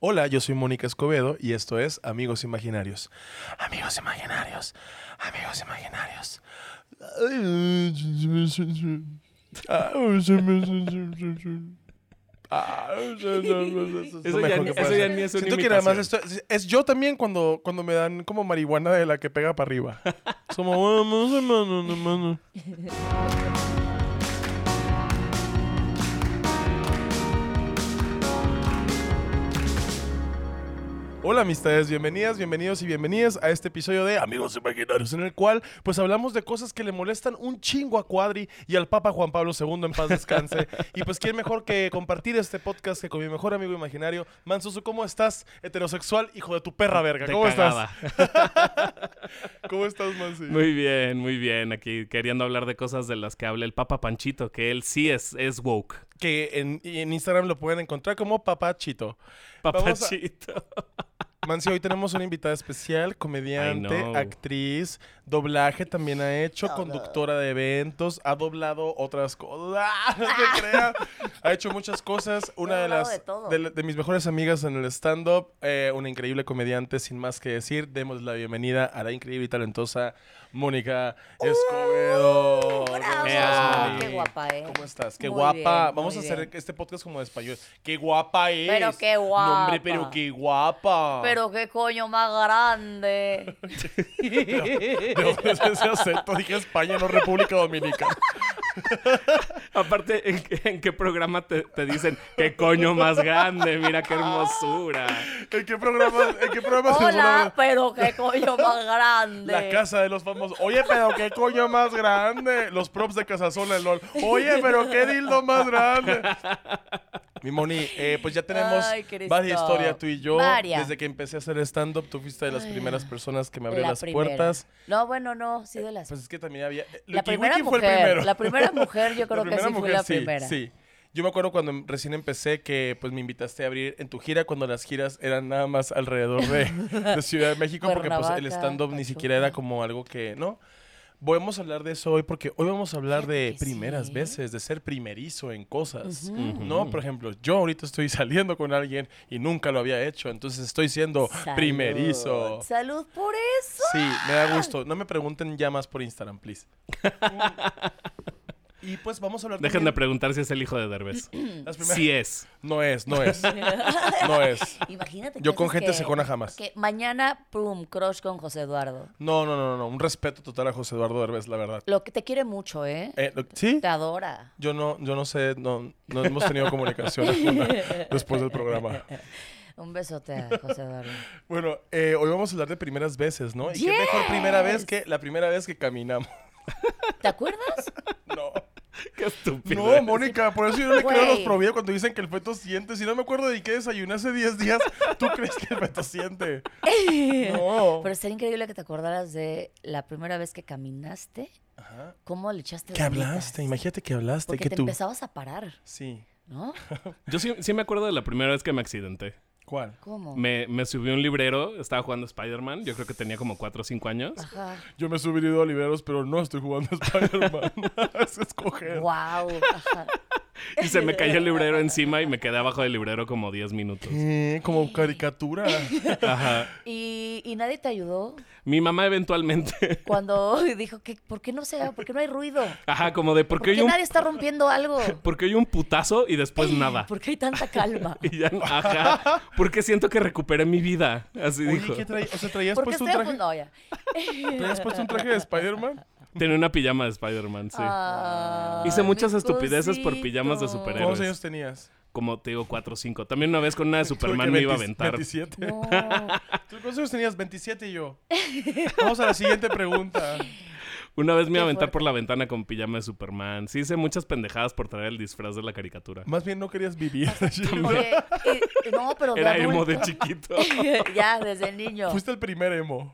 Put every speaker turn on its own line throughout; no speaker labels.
Hola, yo soy Mónica Escobedo y esto es Amigos Imaginarios. Amigos Imaginarios, amigos Imaginarios.
Eso ya ni- eso ya ni es una
Siento que nada más
imitación.
esto- es yo también cuando, cuando me dan como marihuana de la que pega para arriba. Es como, vamos, hermano, hermano. Hola amistades, bienvenidas, bienvenidos y bienvenidas a este episodio de Amigos Imaginarios, en el cual pues hablamos de cosas que le molestan un chingo a Cuadri y al Papa Juan Pablo II en paz descanse. y pues quién mejor que compartir este podcast que con mi mejor amigo imaginario, Mansusu, ¿cómo estás? Heterosexual, hijo de tu perra verga,
Te
¿cómo
cagaba.
estás? ¿Cómo estás, Mansi?
Muy bien, muy bien. Aquí queriendo hablar de cosas de las que habla el Papa Panchito, que él sí es, es woke.
Que en, y en Instagram lo pueden encontrar como Papachito. Vamos a-
Papachito.
Mansi, hoy tenemos una invitada especial, comediante,
I know.
actriz, doblaje también ha hecho, conductora de eventos, ha doblado otras cosas, ¡Ah! no te creas, ha hecho muchas cosas, una
He
de
doblado
las
de todo.
la- de mis mejores amigas en el stand-up, eh, una increíble comediante, sin más que decir, demos la bienvenida a la increíble y talentosa Mónica Escobedo. ¿Cómo
¡Bravo!
estás, Moni?
¡Uh! Qué guapa, ¿eh?
¿Cómo estás? Qué
Muy
guapa.
bien,
Vamos a
muy
hacer
bien.
este podcast como de español. ¡Qué guapa es!
Pero qué
No, hombre, pero
guapa.
qué guapa.
Pero qué coño más grande.
No, ese acento, dije España, no República Dominicana.
Aparte, ¿en, qué- en qué programa te, te dicen qué coño más grande? Mira qué hermosura.
¿En qué programa, en qué programa se usó
Hola,
la-
pero qué coño más grande.
La casa de los famosos. Oye, pero qué coño más grande. Los props de Casasola, el LOL. Oye, pero qué dildo más grande. Mi Moni, eh, pues ya tenemos
Ay, Cristo.
varias historias tú y yo.
Varias.
Desde que empecé a hacer stand-up, tú fuiste de las primeras personas que me
De
abrió
la
las
primera.
puertas.
No, bueno, no, sí de las.
Pues es que también había.
la
Lucky
primera
Wiki
mujer.
fue el primero.
La primera mujer, yo creo
La
que
primera
sí fue
mujer,
la primera.
Sí. Yo me acuerdo cuando em- recién empecé que pues me invitaste a abrir en tu gira cuando las giras eran nada más alrededor de, de Ciudad de México porque pues el
Cuernavaca,
stand-up ni
Pachuca.
siquiera era como algo que, ¿no? Vamos a hablar de eso hoy porque hoy vamos a hablar
Fíjate
de
que
primeras
sí.
veces, de ser primerizo en cosas, ¿no? Por ejemplo, yo ahorita estoy saliendo con alguien y nunca lo había hecho, entonces estoy siendo
Salud.
oh, primerizo.
Salud por eso.
Sí, me da
¡Ah!
gusto. No me pregunten ya más por Instagram, please. y pues vamos a hablar
Dejen de
también
preguntar si es el hijo de Derbez.
las primeras-
Sí es.
No es, no es. No es.
Imagínate
Yo con
haces
gente secona jamás.
Que mañana, pum, crush con José Eduardo.
No, no, no, no. Un respeto total a José Eduardo Derbez, la verdad.
Lo que te quiere mucho, ¿eh?
Eh, lo- ¿Sí?
Te adora.
Yo no, yo no sé, no, no hemos tenido comunicación alguna después del programa.
Un besote a José Eduardo.
Bueno, eh, hoy vamos a hablar de primeras veces, ¿no? Y qué mejor primera vez que la primera vez que caminamos.
¿Te acuerdas?
No.
Qué estúpido.
No, Mónica, por eso yo no le creo a los
Güey.
providos cuando dicen que el feto siente. Si no me acuerdo de qué desayuné hace 10 días, ¿tú crees que el feto siente? No.
Pero sería increíble que te acordaras de la primera vez que caminaste,
Ajá.
cómo le echaste
¿Qué
ganitas.
hablaste? Imagínate que hablaste,
Porque
que
te
tú.
empezabas a parar,
Sí.
¿no?
Yo sí, sí me acuerdo de la primera vez que me accidenté.
¿Cuál?
¿Cómo?
Me, me subí a un librero, estaba jugando Spider-Man, yo creo que tenía como 4 o 5 años.
Ajá.
Yo me he subido a Liberos, pero no estoy jugando a Spider-Man. es escoger.
Wow. Ajá.
Y se me cayó el librero encima y me quedé abajo del librero como 10 minutos.
Eh, Como caricatura.
Ajá.
¿Y, y nadie te ayudó
Mi mamá eventualmente.
cuando dijo que ¿por qué no se, por qué no hay ruido?
Ajá, como de
¿Por
porque
qué
hay un,
nadie está rompiendo algo?
porque hay un putazo y después nada.
¿Por qué hay tanta calma?
Y ya, ajá, porque siento que recuperé mi vida. Así
Oye,
dijo.
¿qué traías? O sea, ¿traías
¿Por qué
puesto un
estoy
traje?
apuntando? No, ya.
¿Traías puesto un traje de Spider-Man?
Tenía una pijama de Spider-Man, sí.
Ah. Ay,
Hice muchas
mi
estupideces por pijamas de
cosito.
superhéroe.
¿Cuántos
Héroes.
años tenías?
Como te digo, 4 o 5. También una vez con una de Superman
Creo
me
que
iba a
20
aventar.
27.
No.
¿Tú ¿Cuántos años tenías? 27 y yo. Vamos a la siguiente pregunta.
Una vez me iba a
Qué
aventar
fuerte.
por la ventana con pijama de Superman. Sí, hice muchas pendejadas por traer el disfraz de la caricatura.
Más bien no querías vivir.
Oye, y- no, pero de
Era emo
adulto.
de chiquito.
ya, desde niño.
Pues Fuiste el primer emo.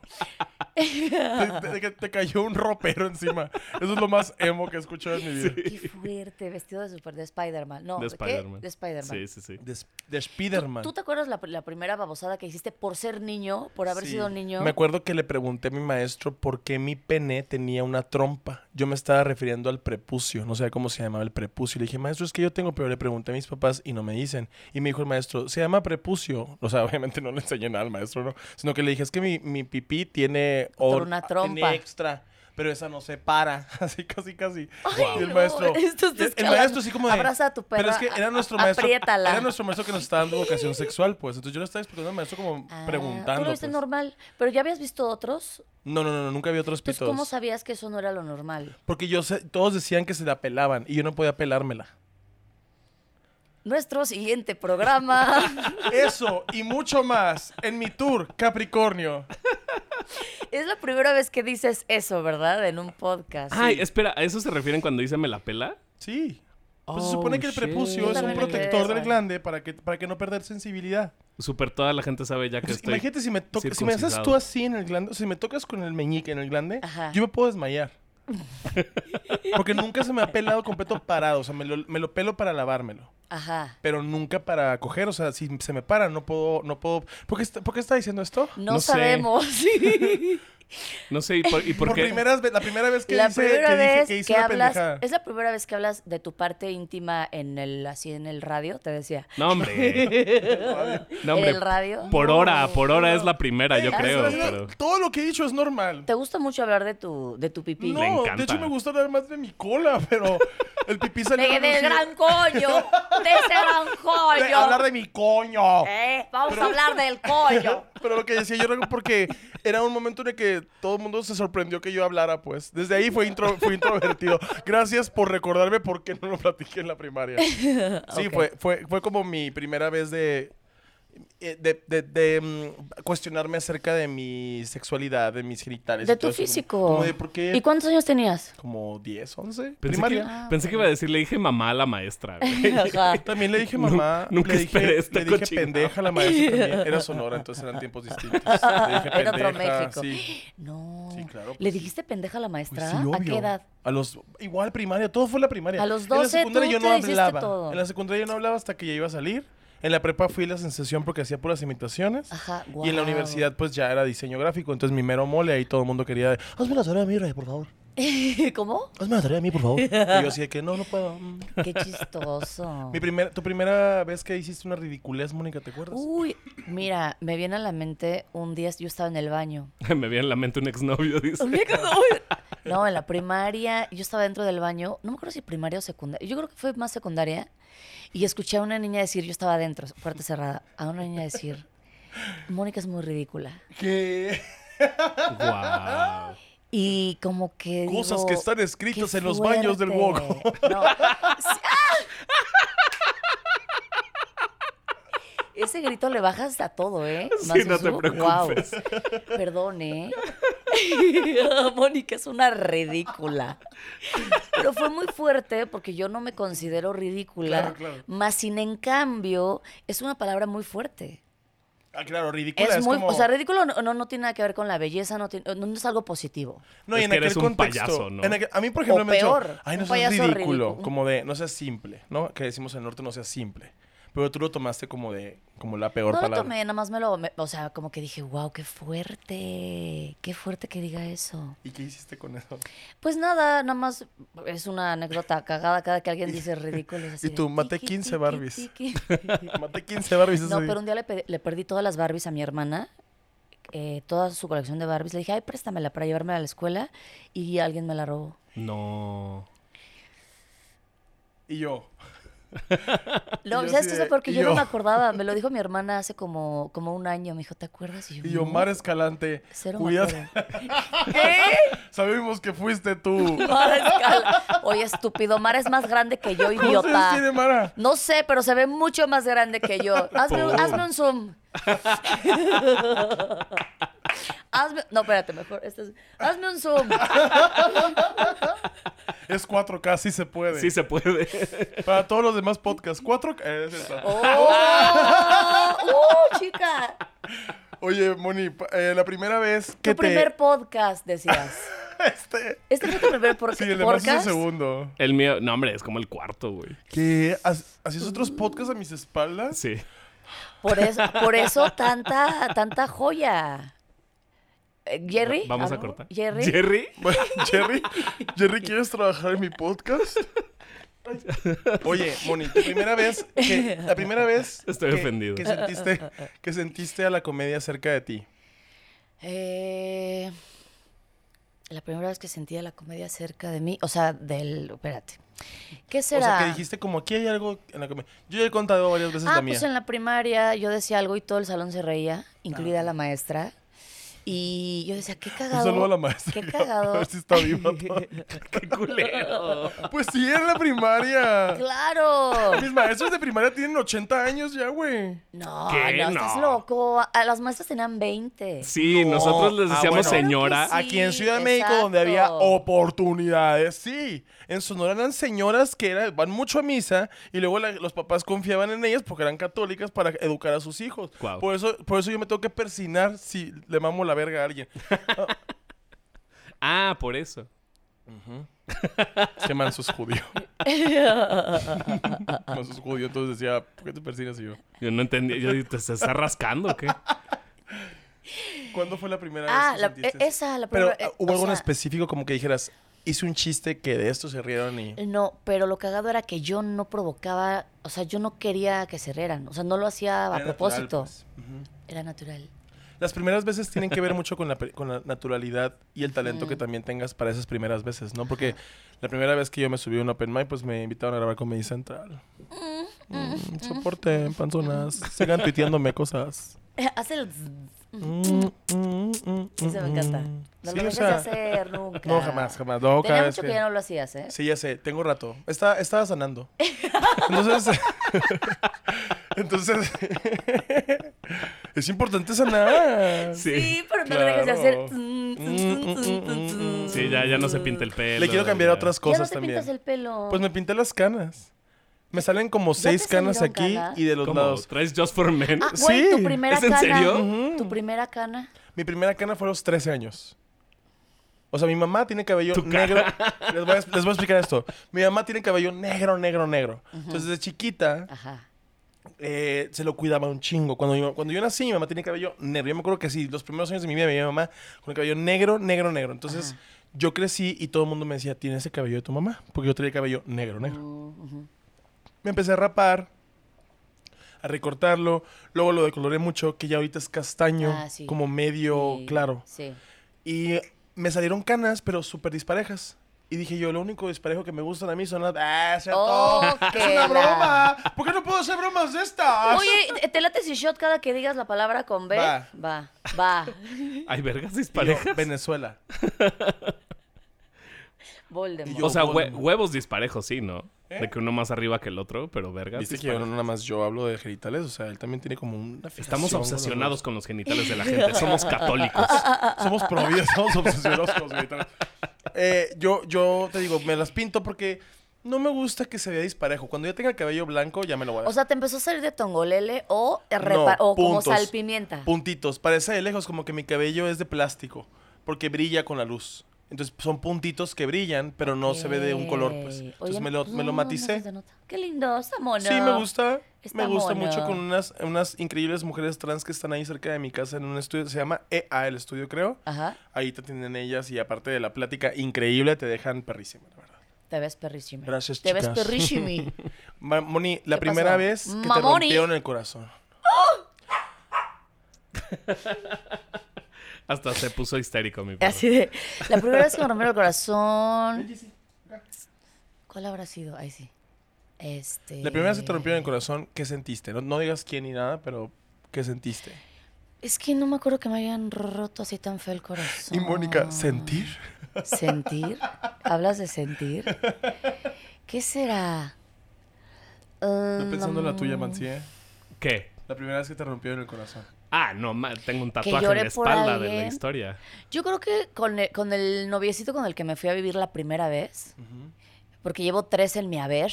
Te, te- que te cayó un ropero encima. Eso es lo más emo que he escuchado en mi vida.
Qué fuerte, vestido de super de Spider-Man. No,
De
¿de
Spider-Man.
qué? De Spider-Man.
Sí, sí, sí.
De, Sp- de
¿Tú,
Spiderman.
tú te acuerdas la, la primera babosada que hiciste por ser niño, por haber
Sí.
sido niño?
Me acuerdo que le pregunté a mi maestro por qué mi pene tenía una trompa. Yo me estaba refiriendo al prepucio, no sé cómo se llamaba el prepucio. Le dije, maestro, es que yo tengo, pero le pregunté a mis papás y no me dicen. Y me dijo el maestro, se llama prepucio. O sea, obviamente no le enseñé nada al maestro, ¿no? Sino que le dije, es que mi, mi pipí tiene...
Por
or-
una
tiene
trompa.
extra. Pero esa no se para. Así, casi, casi.
Ay,
Y el
no,
maestro...
esto está
el- el
escalando.
maestro así como de...
Abraza a tu
Pero es
perra,
que era
a-
nuestro
a-
maestro...
apriétala".
Era nuestro maestro que nos estaba dando educación sexual, pues. Entonces yo le estaba explicando al maestro como
Ah,
preguntando.
Tú lo viste
pues.
normal, pero ya habías visto otros.
No, no, no, no, nunca había otros
Entonces,
pitos.
¿cómo sabías que eso no era lo normal?
Porque yo sé- todos decían que se la pelaban y yo no podía pelármela.
Nuestro siguiente programa
Eso y mucho más en mi tour Capricornio.
es la primera vez que dices eso, ¿verdad? En un podcast.
Ay, espera, ¿a eso se refieren cuando dice me la pela?
Sí. Pues se
Oh,
supone que el
shit.
prepucio es un
También lo
protector
creo,
del
güey.
glande para que, para que no perder sensibilidad.
Super toda la gente sabe ya que
Entonces,
estoy.
imagínate si me, toca- si me haces
circuncidado.
tú así en el glande, o sea, si me tocas con el meñique en el glande,
Ajá.
yo me puedo desmayar. Porque nunca se me ha pelado completo parado. O sea, me lo, me lo pelo para lavármelo.
Ajá.
Pero nunca para coger. O sea, si se me para, no puedo. No puedo. ¿Por qué está, por qué está diciendo esto?
No,
No sé.
sabemos.
No sé, ¿y por, y por
Por
qué?
primeras ve- la primera vez que
la
hice,
primera
que dije-
vez
que
que,
hice una
hablas,
pendejada.
es la primera vez que hablas de tu parte íntima en el, así en el radio, te decía.
No, hombre.
Ah,
No, hombre.
¿En el radio?
Por hora,
No. Ah,
por hora es la primera, Ah, yo
Eh,
creo.
estás haciendo-
pero-
Todo lo que he dicho es normal.
¿Te gusta mucho hablar de tu, de tu pipí?
No,
Le encanta.
de hecho me gusta hablar más de mi cola, pero el pipí
De,
salió a
del
relucir.
gran coño, de ese gran
De hablar
coño.
de mi coño.
Eh, vamos a hablar del coño.
Pero lo que decía yo era porque era un momento en el que todo el mundo se sorprendió que yo hablara, pues. Desde ahí fue, intro, fue introvertido. Gracias por recordarme por qué no lo platiqué en la primaria. Sí,
Ok.
fue, fue, fue como mi primera vez de, eh, de, de- de, mm, cuestionarme acerca de mi sexualidad, de mis genitales. y
De
todo eso,
tu
como-
físico.
Como de por qué...
¿Y cuántos años tenías?
Como 10, 11.
Pensé, que,
primaria.
Ah,
pensé que iba a decir, le dije mamá a la maestra. güey.
Ajá.
También le dije mamá,
nunca
le dije,
esperé esta
le dije
cochinada.
pendeja a la maestra también. Era sonora, entonces eran tiempos distintos. Le dije
Era otro
pendeja,
México.
sí.
No.
Sí, claro,
¿Le
pues sí.
dijiste pendeja a la
Pues
maestra?
sí,
¿A qué
obvio.
edad?
A los, igual primaria, todo fue la primaria.
A los
En la
12
secundaria
tú
yo
te
no
hiciste
hablaba.
todo.
En la secundaria yo no hablaba hasta que ya iba a salir. En la prepa fui la sensación porque hacía puras imitaciones.
Ajá,
Y en la
Ah, guau.
universidad pues ya era diseño gráfico, entonces mi mero mole ahí todo el mundo quería, hazme la tarea a mí, Rey, por favor.
¿Cómo?
Hazme la tarea a mí, por favor. y yo así de que no, no puedo. mm".
Qué chistoso.
Mi primer, tu primera vez que hiciste una ridiculez, Mónica, ¿te acuerdas?
Uy, mira, me viene a la mente un día yo estaba en el baño.
Me viene en la mente un exnovio, dice.
No, en la primaria, yo estaba dentro del baño, no me acuerdo si primaria o secundaria, yo creo que fue más secundaria, y escuché a una niña decir, yo estaba adentro, puerta cerrada, a una niña decir, Mónica es muy ridícula.
Que
Wow.
Y como que...
Cosas
digo,
que están escritas
"Qué
en los baños del
fuerte".
Woco.
No. Sí, ¡ah! Ese grito le bajas a todo, ¿eh?
Sí, no te
Mazuzu.
preocupes.
Guau. Perdón, ¿eh? Mónica es una ridícula. Pero fue muy fuerte porque yo no me considero ridícula.
Claro, claro.
Más sin en cambio, es una palabra muy fuerte.
Ah, claro, ridícula.
Es,
Es,
muy,
como...
o sea, ridículo no, no, no tiene nada que ver con la belleza, no, tiene- no es algo positivo.
no, y
Es
en
que
aquel
eres un
contexto,
payaso, ¿no?
en aquel- a mí, por ejemplo,
O
me han dicho,
peor,
ay, no
un
seas
payaso
ridículo,
ridículo.
como de, no seas simple, ¿no? Que decimos en el norte, no seas simple. Pero tú lo tomaste como de, como la peor
No lo
palabra.
tomé, nada más me lo, me- o sea, como que dije, wow, qué fuerte, qué fuerte que diga eso.
¿Y qué hiciste con eso?
Pues nada, nada más es una anécdota cagada cada que alguien dice ridículo. es así
y
de
tú, maté
tiqui,
15
tiqui,
Barbies.
tiqui.
Maté 15 Barbies ese
No,
día.
pero un día le, pe- le perdí todas las Barbies a mi hermana, eh, toda su colección de Barbies. Le dije, ay, préstamela para llevármela a la escuela y alguien me la robó.
No.
Y yo,
No,
yo así
¿sabes qué es
de,
lo peor? Que
¿y
yo,
yo?
no me acordaba. Me lo dijo mi hermana hace como, como un año. Me dijo, ¿te acuerdas?
y yo,
"No,
Mar Escalante,
Cero me
cuídate.
acuerdo". ¿Qué?
Sabemos que fuiste tú.
Mar Escala. Oye, estúpido, Mar es más grande que yo,
¿Cuántos años
idiota.
tiene Mara?
No sé, pero se ve mucho más grande que yo. Hazme, un-
Pum.
hazme un zoom. hazme, no, espérate, mejor. este es- hazme un zoom.
Es 4K, sí se puede.
Sí se puede.
Para todos los demás podcasts, 4K. eh, es esa.
¡Oh! ¡Uh, Oh. chica!
Oye, Moni, pa- eh, la primera vez que
Tu
te...
primer podcast, decías.
Este...
Este fue tu primer por-
Sí, el de más es el
podcast.
segundo.
El mío, no, hombre, es como el cuarto, güey.
¿Que ha- hacías otros podcasts a mis espaldas?
Sí.
Por eso, por eso tanta, tanta joya. Eh, Jerry.
Vamos a
¿algo?
cortar.
Jerry.
Jerry.
Bueno, Jerry, Jerry, ¿quieres trabajar en mi podcast? Oye, Moni, tu primera vez que, la primera vez
Estoy
que,
ofendido.
que sentiste que sentiste a la comedia cerca de ti.
Eh, la primera vez que sentía la comedia cerca de mí, o sea, del, espérate. ¿Qué será?
O sea, que dijiste como aquí hay algo en la comedia. Yo ya he contado varias veces
ah,
la mía.
pues en la primaria yo decía algo y todo el salón se reía, incluida la maestra. Y yo decía, qué cagado.
Ah, Un saludo a la maestra.
Qué
A
cagado.
ver si está viva. todavía.
Qué culero.
pues sí, en la primaria.
¡Claro!
Mis maestros de primaria tienen 80 años ya, güey.
No,
¿Qué?
no, estás
No.
loco. A- A las maestras tenían 20.
Sí,
No.
nosotros les
Ah,
decíamos
bueno.
señora.
Claro que
Aquí en
Sí,
Ciudad de México, donde había
exacto.
oportunidades, sí. En Sonora eran señoras que era- van mucho a misa y luego la- los papás confiaban en ellas porque eran católicas para educar a sus hijos.
Guau.
Por, eso, por eso yo me tengo que persinar si le mamo la verga a alguien.
Ah, por eso.
Se llaman sus judíos. sus judíos. Entonces decía, ¿por qué te persinas? Y yo,
Yo no entendí. Yo dije, ¿te se está rascando o qué?
¿cuándo fue la primera
Ah,
vez que
la-
sentiste
e-
eso?
esa, la
Pero
primera. eh,
ah, hubo
o
algo en
sea,
específico como que dijeras, hice un chiste que de esto se rieron y...
No, pero lo cagado era que yo no provocaba, o sea, yo no quería que se rieran, o sea, no lo hacía a
Era natural,
propósito,
pues. Ujú.
era natural.
Las primeras veces tienen que ver mucho con la, pe- con la naturalidad y el talento que también tengas para esas primeras veces, ¿no? Porque la primera vez que yo me subí a un open mic, pues me invitaron a grabar Comedy Central. Mm, soporte, panzonas. Sigan tuiteándome cosas.
Haz el... zzz,
Mm, mm, mm,
Ese me
mm,
encanta.
mm.
No
Sí,
lo
o
dejes de
sea,
hacer nunca.
No, jamás, jamás. No,
Tenía
cada vez
mucho que
que-
ya no lo hacías, ¿eh?
Sí, ya sé, tengo rato. Está, estaba sanando. Entonces. Entonces. es importante sanar.
Sí. Sí,
pero
no lo dejes de hacer. claro. Mm,
hacer...
ya, ya no se pinta el pelo.
Le quiero cambiar a
ya.
otras
Ya
mm, cosas
no te
también.
pintas el pelo.
Pues me pinté las canas. Me salen como
te
seis canas
salieron
aquí
canas?
y de los
¿Cómo?
lados.
¿Traes Just for Men?
Ah, güey,
sí.
tu primera
¿Es en
cana.
serio?
Tu primera cana.
Mi primera cana fue a los 13 años. O sea, mi mamá tiene cabello negro. Les voy, a, les voy a explicar esto. Mi mamá tiene cabello negro, negro, negro. Entonces, desde chiquita,
Ajá.
eh, se lo cuidaba un chingo. Cuando, mi- cuando yo nací, mi mamá tenía cabello negro. Yo me acuerdo que sí, los primeros años de mi vida, mi mamá con el cabello negro, negro, negro. Entonces, yo crecí y todo el mundo me decía, ¿tienes ese cabello de tu mamá? Porque yo tenía cabello negro, negro. Oh, Me empecé a rapar, a recortarlo. Luego lo decoloré mucho, que ya ahorita es castaño,
Ah, sí.
como medio
Sí,
claro.
Sí.
Y me salieron canas, pero súper disparejas. Y dije yo, lo único disparejo que me gustan a mí son las... ¡Ah, cierto!
Oh,
¡Es
que
una
la-
broma! ¿Por qué no puedo hacer bromas de estas?
Oye, ¿te late si shot cada que digas la palabra con B?
Ah, Va.
Va, va.
¿Hay vergas
Y yo,
disparejas?
Venezuela. Y
Voldemort.
yo-
O sea, hue-
Yo-
huevos disparejos, sí, ¿no? De que uno más arriba que el otro, pero vergas.
Viste que yo no
disparejos.
nada más yo hablo de genitales, o sea, él también tiene como una
Estamos
fijación con los
obsesionados con los genitales de la gente. Somos católicos.
Ah,
dos. Somos providas, estamos obsesionados con los genitales. Eh, yo, yo te digo, me las pinto porque no me gusta que se vea disparejo. Cuando ya tenga el cabello blanco, ya me lo voy a
O
dejar.
sea, ¿te empezó a salir de tongolele o, de
No,
repa- o como
puntos.
salpimienta?
Puntitos. Parece de lejos como que mi cabello es de plástico, porque brilla con la luz. Entonces son puntitos que brillan, pero no se ve de un color, pues.
Ey.
Entonces
Oye,
me lo,
pues
me
no,
lo
no se
maticé.
te nota. Qué lindo, está mono.
Sí, me gusta.
Está
me gusta
mono.
mucho con unas, unas increíbles mujeres trans que están ahí cerca de mi casa en un estudio. Se llama EA, el estudio, creo.
Ajá,
Ahí te tienen ellas y aparte de la plática increíble, te dejan perrísima, la verdad.
te ves perrísima.
Gracias,
Te ves
chicas.
perrísima.
Ma- Moni, la
¿Qué
primera
pasó?
vez que te
Mamoni.
rompieron el corazón.
Hasta se puso histérico, mi perro.
Así de, la primera vez que me rompieron el corazón... ¿Cuál habrá sido? Ahí sí. Este...
La primera vez que te rompieron el corazón, ¿qué sentiste? No, no digas quién ni nada, pero ¿qué sentiste?
Es que no me acuerdo que me hayan roto así tan feo el corazón.
Y Mónica, ¿sentir?
¿Sentir? ¿Hablas de sentir? ¿Qué será?
Estoy pensando en la tuya,
Mm,
Mancía.
¿Qué?
La primera vez que te rompieron el corazón.
Ah, no, ma- tengo un tatuaje en
lloré
la
por
espalda de la
alguien.
historia.
Yo creo que con el, con el noviecito con el que me fui a vivir la primera vez, porque llevo tres en mi haber.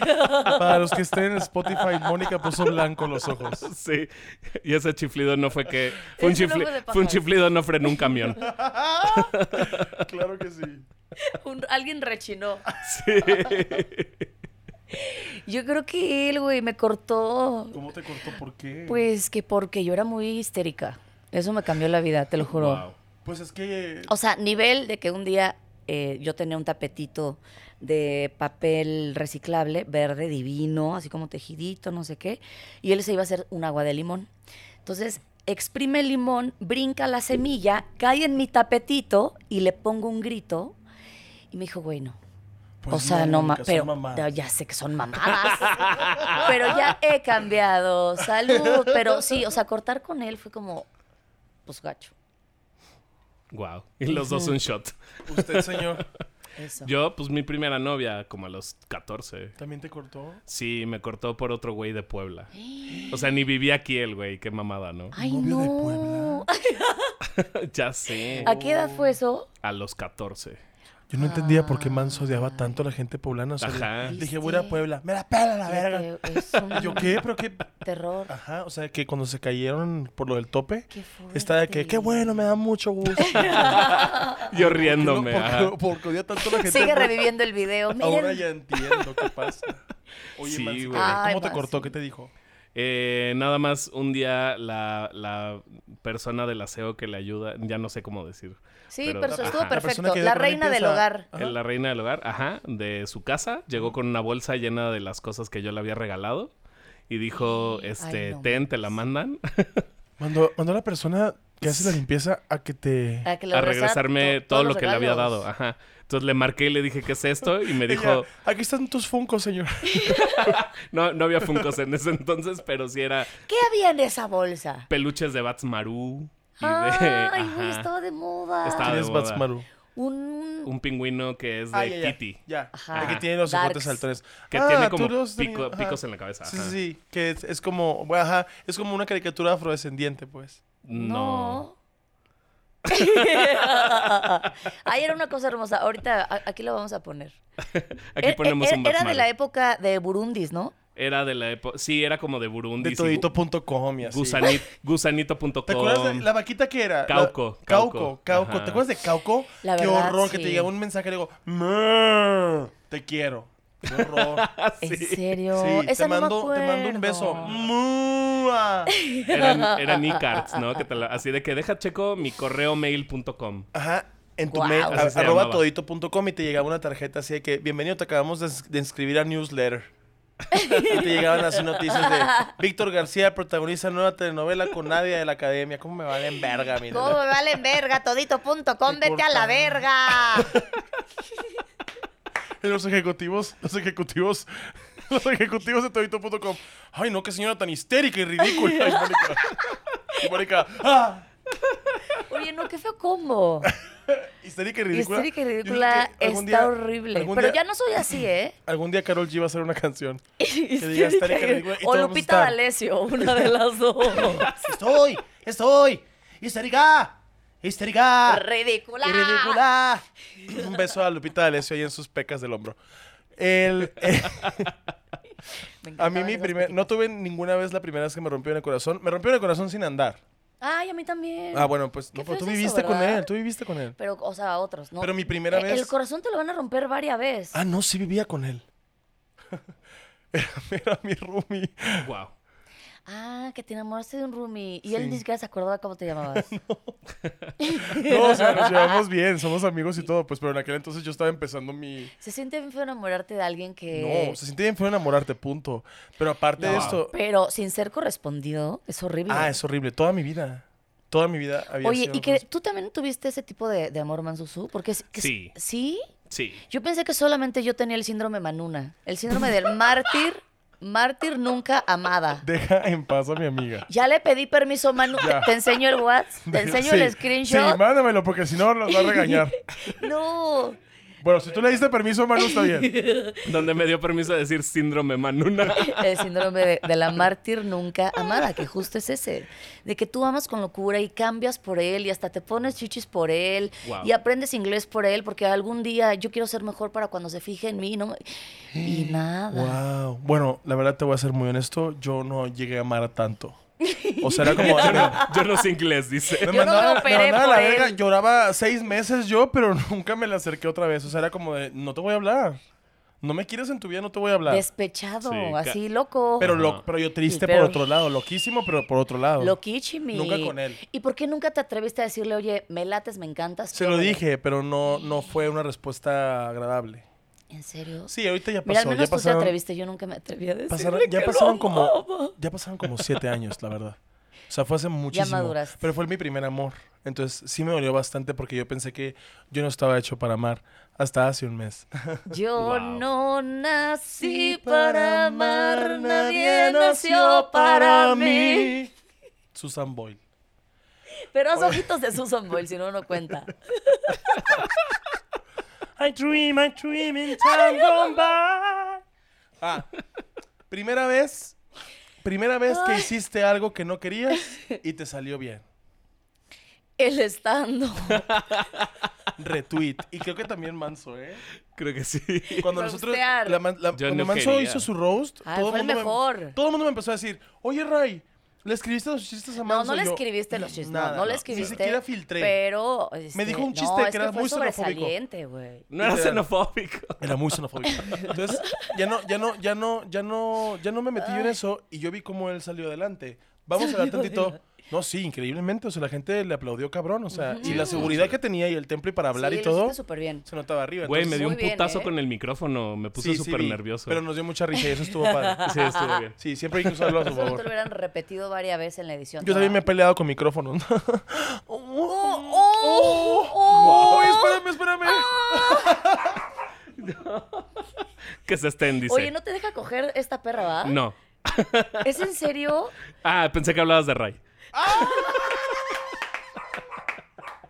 Para los que estén en Spotify, Mónica puso blanco los ojos.
Sí, y ese chiflido no fue que... Fue un,
Ese no
chifli-
fue
fue
de
un
pájaros.
chiflido no frenó un camión.
Claro que sí.
un- alguien rechinó.
Ah,
Sí.
Yo creo que él, güey, me cortó.
¿Cómo te cortó? ¿Por qué?
Pues que porque yo era muy histérica. Eso me cambió la vida, te lo juro.
Wow.
Pues es que...
O sea, nivel de que un día eh, yo tenía un tapetito de papel reciclable, verde, divino, así como tejidito, no sé qué, y él se iba a hacer un agua de limón. Entonces, exprime el limón, brinca la semilla, cae en mi tapetito y le pongo un grito. Y me dijo, güey, no.
pues
o sea, no, ma-
Mónica, son
pero
mamás.
no, ya sé que son mamadas. pero ya he cambiado. Salud. Pero sí, o sea, cortar con él fue como, pues gacho.
Wow. Y los dos un shot.
Usted, señor,
Eso.
Yo, pues mi primera novia, como a los 14.
¿también te cortó?
Sí, me cortó por otro güey de Puebla. O sea, ni vivía aquí el güey, qué mamada, ¿no?
Ay,
Novio de
no.
ya sé.
¿A qué edad fue eso?
A los 14.
Yo no entendía por qué Manso odiaba tanto a la gente poblana. o sea,
Ajá.
Dije,
Ah. ¿Viste?
voy a ir a Puebla. Me la pela la verga.
Fíjate, Es un
Yo, ¿qué? Ah, ¿Pero qué?
terror.
Ajá, o sea, que cuando se cayeron por lo del tope,
Qué fuerte.
está de que, qué bueno, me da mucho gusto.
Ah,
Yo riéndome.
Porque,
ajá.
porque, porque odia tanto a la gente.
Sigue
por-
reviviendo el video.
Ahora
Miren.
ya entiendo qué pasa. Oye,
Sí,
Manso,
güey.
¿cómo
Ay,
te
Manso.
cortó? ¿Qué te dijo?
Eh, nada más un día la, la persona del aseo que le ayuda, ya no sé cómo decir.
Sí,
Pero-
pero, eso
Ajá.
estuvo
La
persona
perfecto.
que ayuda
La,
con la
reina del
limpieza.
hogar.
Ajá.
La reina del hogar, ajá, de su casa, llegó con una bolsa llena de las cosas que yo le había regalado y dijo,
Ay,
este,
no
ten, te la mandan
Mandó, mandó a la persona que hace la limpieza a que te...
A, que le
a
regresa
regresarme
to-
todo
todos
lo
los
que le había
regalos.
dado, ajá. Entonces le marqué y le dije, ¿qué es esto? Y me
Ella,
dijo,
Aquí están tus funcos, señor.
no, no había Funkos en ese entonces, pero sí era
¿Qué había en esa bolsa?
peluches de Bats Maru y de...
Ay, güey,
ajá,
estaba de moda.
¿Quién
Estaba- "Ah, de
es
moda.
Batsmaru?
Un...
un pingüino que es de
Ah, ya, ya,
Kitty.
Ya.
Ajá.
El que tiene los
Darks.
ojotes saltones.
Que
Ah,
tiene
tú
como
los tenías,
pico-
ajá.
picos en la cabeza.
Sí,
ajá.
sí, sí. Que es, es como, bueno, ajá, es como una caricatura afrodescendiente, pues.
No.
Ay, era una cosa hermosa. Ahorita a- aquí lo vamos a poner.
Aquí
Er-
ponemos
er-
un
Era
Bats
de
Maru.
la época de Burundis, ¿no?
Era de la época. Sí, era como de Burundi.
De
sí,
todito.com y así.
gusanit- Gusanito.com.
¿Te acuerdas de la vaquita que era? La-
Cauco,
Cauco,
Cauco,
Cauco.
ajá.
¿Te acuerdas de Cauco?
La
Qué
verdad,
horror que te
sí.
llegaba un mensaje y le digo, "Mrr, te quiero. Qué horror.
¿En serio?
Sí,
Esa
te,
no me
mando, te mando un beso. Mm,
acuerdo.
Mua.
Eran, eran e-cards, ¿no? Que te la- así de que deja checo mi correo mail.com.
Ajá. En tu
Guau.
mail,
Así se
arroba
llamaba.
todito.com y te llegaba una tarjeta así de que, bienvenido, te acabamos de, ins- de inscribir a newsletter. y te llegaban así noticias de, Víctor García protagoniza nueva telenovela con Nadia de la Academia. ¿Cómo me valen verga, mira?
¿Cómo me valen verga? Todito.com,
Te
vete a la
cortaron.
verga.
Y Los ejecutivos, los ejecutivos, los ejecutivos de todito.com. Ay, no, qué señora tan histérica y ridícula. Y Mónica, y Mónica, ah,
Oye, no, qué feo combo.
histérica y ridícula.
Histérica y
Yo creo
ridícula
que algún
está
día-
horrible.
algún
Pero
día-
ya no soy así, ¿eh?
Algún día Carol G va a hacer una canción. diga
Histérica
histérica y ridícula, y
o
todos vamos a
Lupita
estar.
D'Alessio, una de las dos.
Estoy, estoy, histérica,
Ah,
histérica.
ridícula.
y ridícula. Ah. Un beso a Lupita D'Alessio ahí en sus pecas del hombro. El, eh,
Me
a mí
encantaban
mi primer,
esas películas.
no tuve ninguna vez la primera vez que me rompieron el corazón. Me rompieron el corazón sin andar.
Ay, a mí también.
Ah, bueno, pues
Qué
no,
feo
pero tú
es eso,
viviste con
¿verdad?
él, tú viviste con él.
Pero, o sea, a otros, ¿no?
Pero mi primera
Eh,
vez-
El corazón te lo van a romper varias veces.
Ah, no, sí vivía con él. Era, era mi roomie.
Wow.
Ah, que te enamoraste de un roomie. Y él
Sí.
ni siquiera se acordaba cómo te llamabas.
No, o sea, nos llevamos bien, somos amigos y todo, pues, pero en aquel entonces yo estaba empezando mi...
Se siente bien feo enamorarte de alguien que.
No, se siente bien fue enamorarte, punto. Pero aparte de
No.
esto...
Pero sin ser correspondido, es horrible.
Ah, es horrible, toda mi vida. Toda mi vida había
Oye,
sido
¿y que
corresp-
tú también tuviste ese tipo de, de amor mansusú? Porque es- que es-
Sí.
¿Sí?
Sí.
Yo pensé que solamente yo tenía el síndrome Manuna. El síndrome del mártir, mártir nunca amada.
Deja en paz a mi amiga.
Ya le pedí permiso, Manu.
Ya.
Te, te enseño el WhatsApp, te enseño
Sí,
el screenshot.
Sí, mándamelo porque si no nos va a regañar.
No.
Bueno, si tú le diste permiso, Manu, está bien.
Donde me dio permiso de decir síndrome Manuna.
El síndrome de, de la mártir nunca amada, que justo es ese. De que tú amas con locura y cambias por él y hasta te pones chichis por él
Wow.
y aprendes inglés por él porque algún día yo quiero ser mejor para cuando se fije en mí. ¿no? me- Y nada.
Wow. Bueno, la verdad te voy a ser muy honesto. Yo no llegué a amar tanto. O sea, era como. era-
Yo no sé inglés, dice.
me
Yo no me
mandaba-
operé
mandaba a la
por
verga,
él.
Lloraba seis meses yo, pero nunca me la acerqué otra vez. O sea, era como de: no te voy a hablar. No me quieres en tu vida, no te voy a hablar.
Despechado,
Sí, ca-
así loco.
Pero,
Ajá.
lo- pero yo triste
Sí, pero-
por otro lado, loquísimo, pero por otro lado.
Loquichimi.
Nunca con él.
¿Y por qué nunca te atreviste a decirle, oye, me lates, me encantas?
Se lo
quiero-
dije, pero no, no fue una respuesta agradable.
¿En serio?
Sí, ahorita ya pasó.
Mira, al menos
ya
tú te
pasaron,
atreviste, yo nunca me atreví a decirle
pasaron-
que
ya
lo
pasaron
amaba.
como ya pasaron como siete años, la verdad. O sea, fue hace muchísimo.
maduraste.
Pero fue mi primer amor. Entonces sí me dolió bastante porque yo pensé que yo no estaba hecho para amar hasta hace un mes.
Yo
Wow.
no nací
Sí,
para amar, nadie nació para mí.
Susan Boyle.
Pero haz ojitos de Susan Boyle, si no, no cuenta.
I dream, I dream in time gone by. Ah, primera vez, primera vez que hiciste algo que no querías y te salió bien.
El estando.
Retweet. Y creo que también Manso, ¿eh?
Creo que sí.
Cuando nosotros.
Roastear.
la man- la-
Yo
cuando
no
Manso
quería.
hizo su roast,
Ah,
todo,
fue el
el mundo me,
mejor.
todo el mundo me empezó a decir: Oye, Ray, ¿le escribiste los chistes a
No,
Manso?
no le
Yo,
escribiste los chistes.
nada,
no, no le
ni
escribiste.
siquiera filtré.
Pero. este,
dijo un
no,
chiste
es
que era
fue
muy xenofóbico.
sobresaliente, güey.
No era
Literal.
xenofóbico.
Era muy xenofóbico. Entonces, ya no, ya no, ya no, ya no, ya no me metí yo en eso y yo vi cómo él salió adelante. Vamos a hablar tantito. No, sí, increíblemente. O sea, la gente le aplaudió cabrón. O sea, y la seguridad que tenía y el temple para hablar
Sí,
y
lo
todo
hiciste súper bien.
se notaba arriba.
Güey, me
entonces-
dio
Muy
un
bien,
putazo
¿eh?
con el micrófono. Me puse
Sí, sí
súper
vi,
nervioso.
Pero nos dio mucha risa y eso estuvo padre.
Sí, estuvo bien.
Sí, siempre hay que usarlo a su
Eso no te lo
favor.
hubieran repetido varias veces en la edición.
Yo también me he
¿no?
peleado con micrófonos.
Ah. ¡Oh! ¡Oh! oh.
¡Uy, espérame, espérame!
Que se estén, dice.
Oye, ¿no te deja coger esta perra, va?
No.
¿Es en serio?
Ah, pensé que hablabas de Ray.
¡Ah!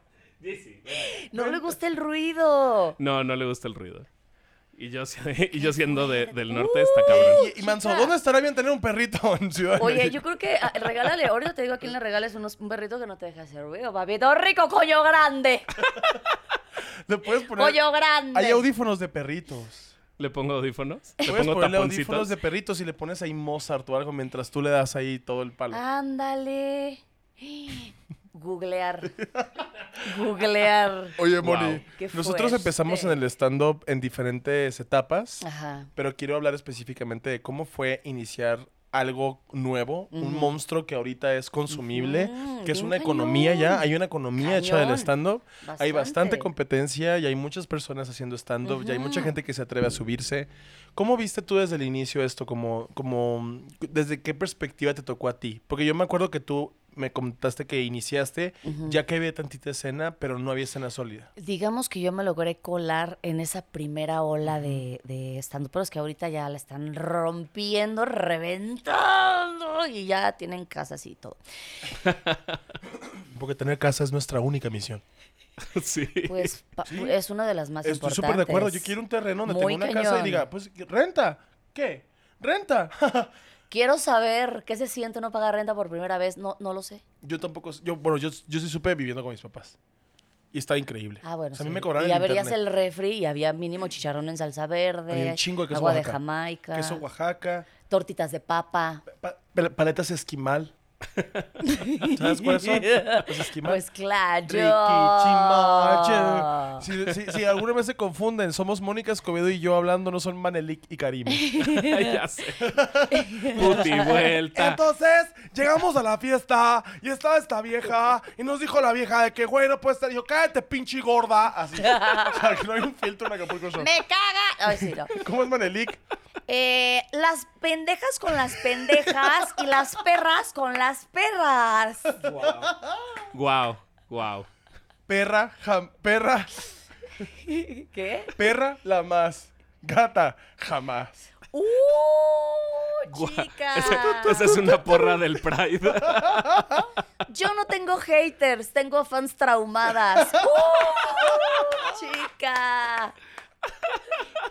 No le gusta el ruido.
No, no le gusta el ruido. Y yo, si- y yo siendo de- del norte, está cabrón.
Y, y Manso, ¿dónde estará bien tener un perrito en Ciudad de
Oye,
México?
yo creo que ah, regálale, ahorita te digo a quién le regales unos, un perrito que no te deja hacer ruido, papito rico, coño grande,
Le puedes poner...
coño grande.
Hay audífonos de perritos.
¿Le pongo audífonos? ¿Le
Puedes
pongo
ponerle audífonos
taponcitos?
de perritos y le pones ahí Mozart o algo mientras tú le das ahí todo el palo.
Ah. Ándale. Googlear. Googlear.
Oye,
Wow.
Moni,
Qué
nosotros
fuerte.
empezamos en el stand-up en diferentes etapas,
Ajá.
pero quiero hablar específicamente de cómo fue iniciar algo nuevo, un monstruo que ahorita es consumible,
Ujú,
que es
bien
una economía ya,
cañón.
hay una economía hecha del
Cañón.
stand-up, hay bastante
Bastante.
competencia y hay muchas personas haciendo stand-up, ya hay mucha gente que se atreve a subirse. ¿Cómo viste tú desde el inicio esto? Como, como, ¿Desde qué perspectiva te tocó a ti? Porque yo me acuerdo que tú me contaste que iniciaste ya que había tantita escena, pero no había escena sólida.
Digamos que yo me logré colar en esa primera ola de, de stand que ahorita ya la están rompiendo, reventando y ya tienen casas y todo.
Porque tener casa es nuestra única misión.
Sí.
Pues pa- es una de las más
Estoy
importantes.
súper de acuerdo. Yo quiero un terreno donde
Muy
tenga una casa y
cañón.
diga, pues, renta. ¿Qué? ¿Renta?
Quiero saber qué se siente no pagar renta por primera vez. No, no lo sé.
yo tampoco, yo, bueno, yo, yo sí supe viviendo con mis papás. Y está increíble.
Ah, bueno.
O sea, a mí
sí.
me cobraron
Y ya
el
verías
internet.
el refri y había mínimo chicharrón en salsa verde,
Había un chingo de queso
agua de
Oaxaca.
Jamaica,
Queso Oaxaca,
tortitas de papa.
pa- pa- paletas esquimal. ¿Sabes cuáles son? Los esquimal.
Pues claro.
Ricky Chimache. Si, si- si alguna vez se confunden, somos Mónica Escobedo y yo hablando, no son Manelik y Karim.
ya sé. Puti vuelta.
Entonces, llegamos a la fiesta y estaba esta vieja y nos dijo la vieja de que, güey, no puedes estar. Dijo, cállate, pinche gorda. Así. O sea, que no hay un filtro en Acapulco Shore.
Me caga. Ay, sí, no.
¿Cómo es Manelik?
Eh, las pendejas con las pendejas y las perras con las perras.
Guau, guau.
Perra, jam- perra,
¿Qué?
perra, la más. Gata, jamás.
¡Uh!
Guau.
Chica.
Esa, esa es una porra del Pride.
Yo no tengo haters, tengo fans traumadas. ¡Uh! Chica.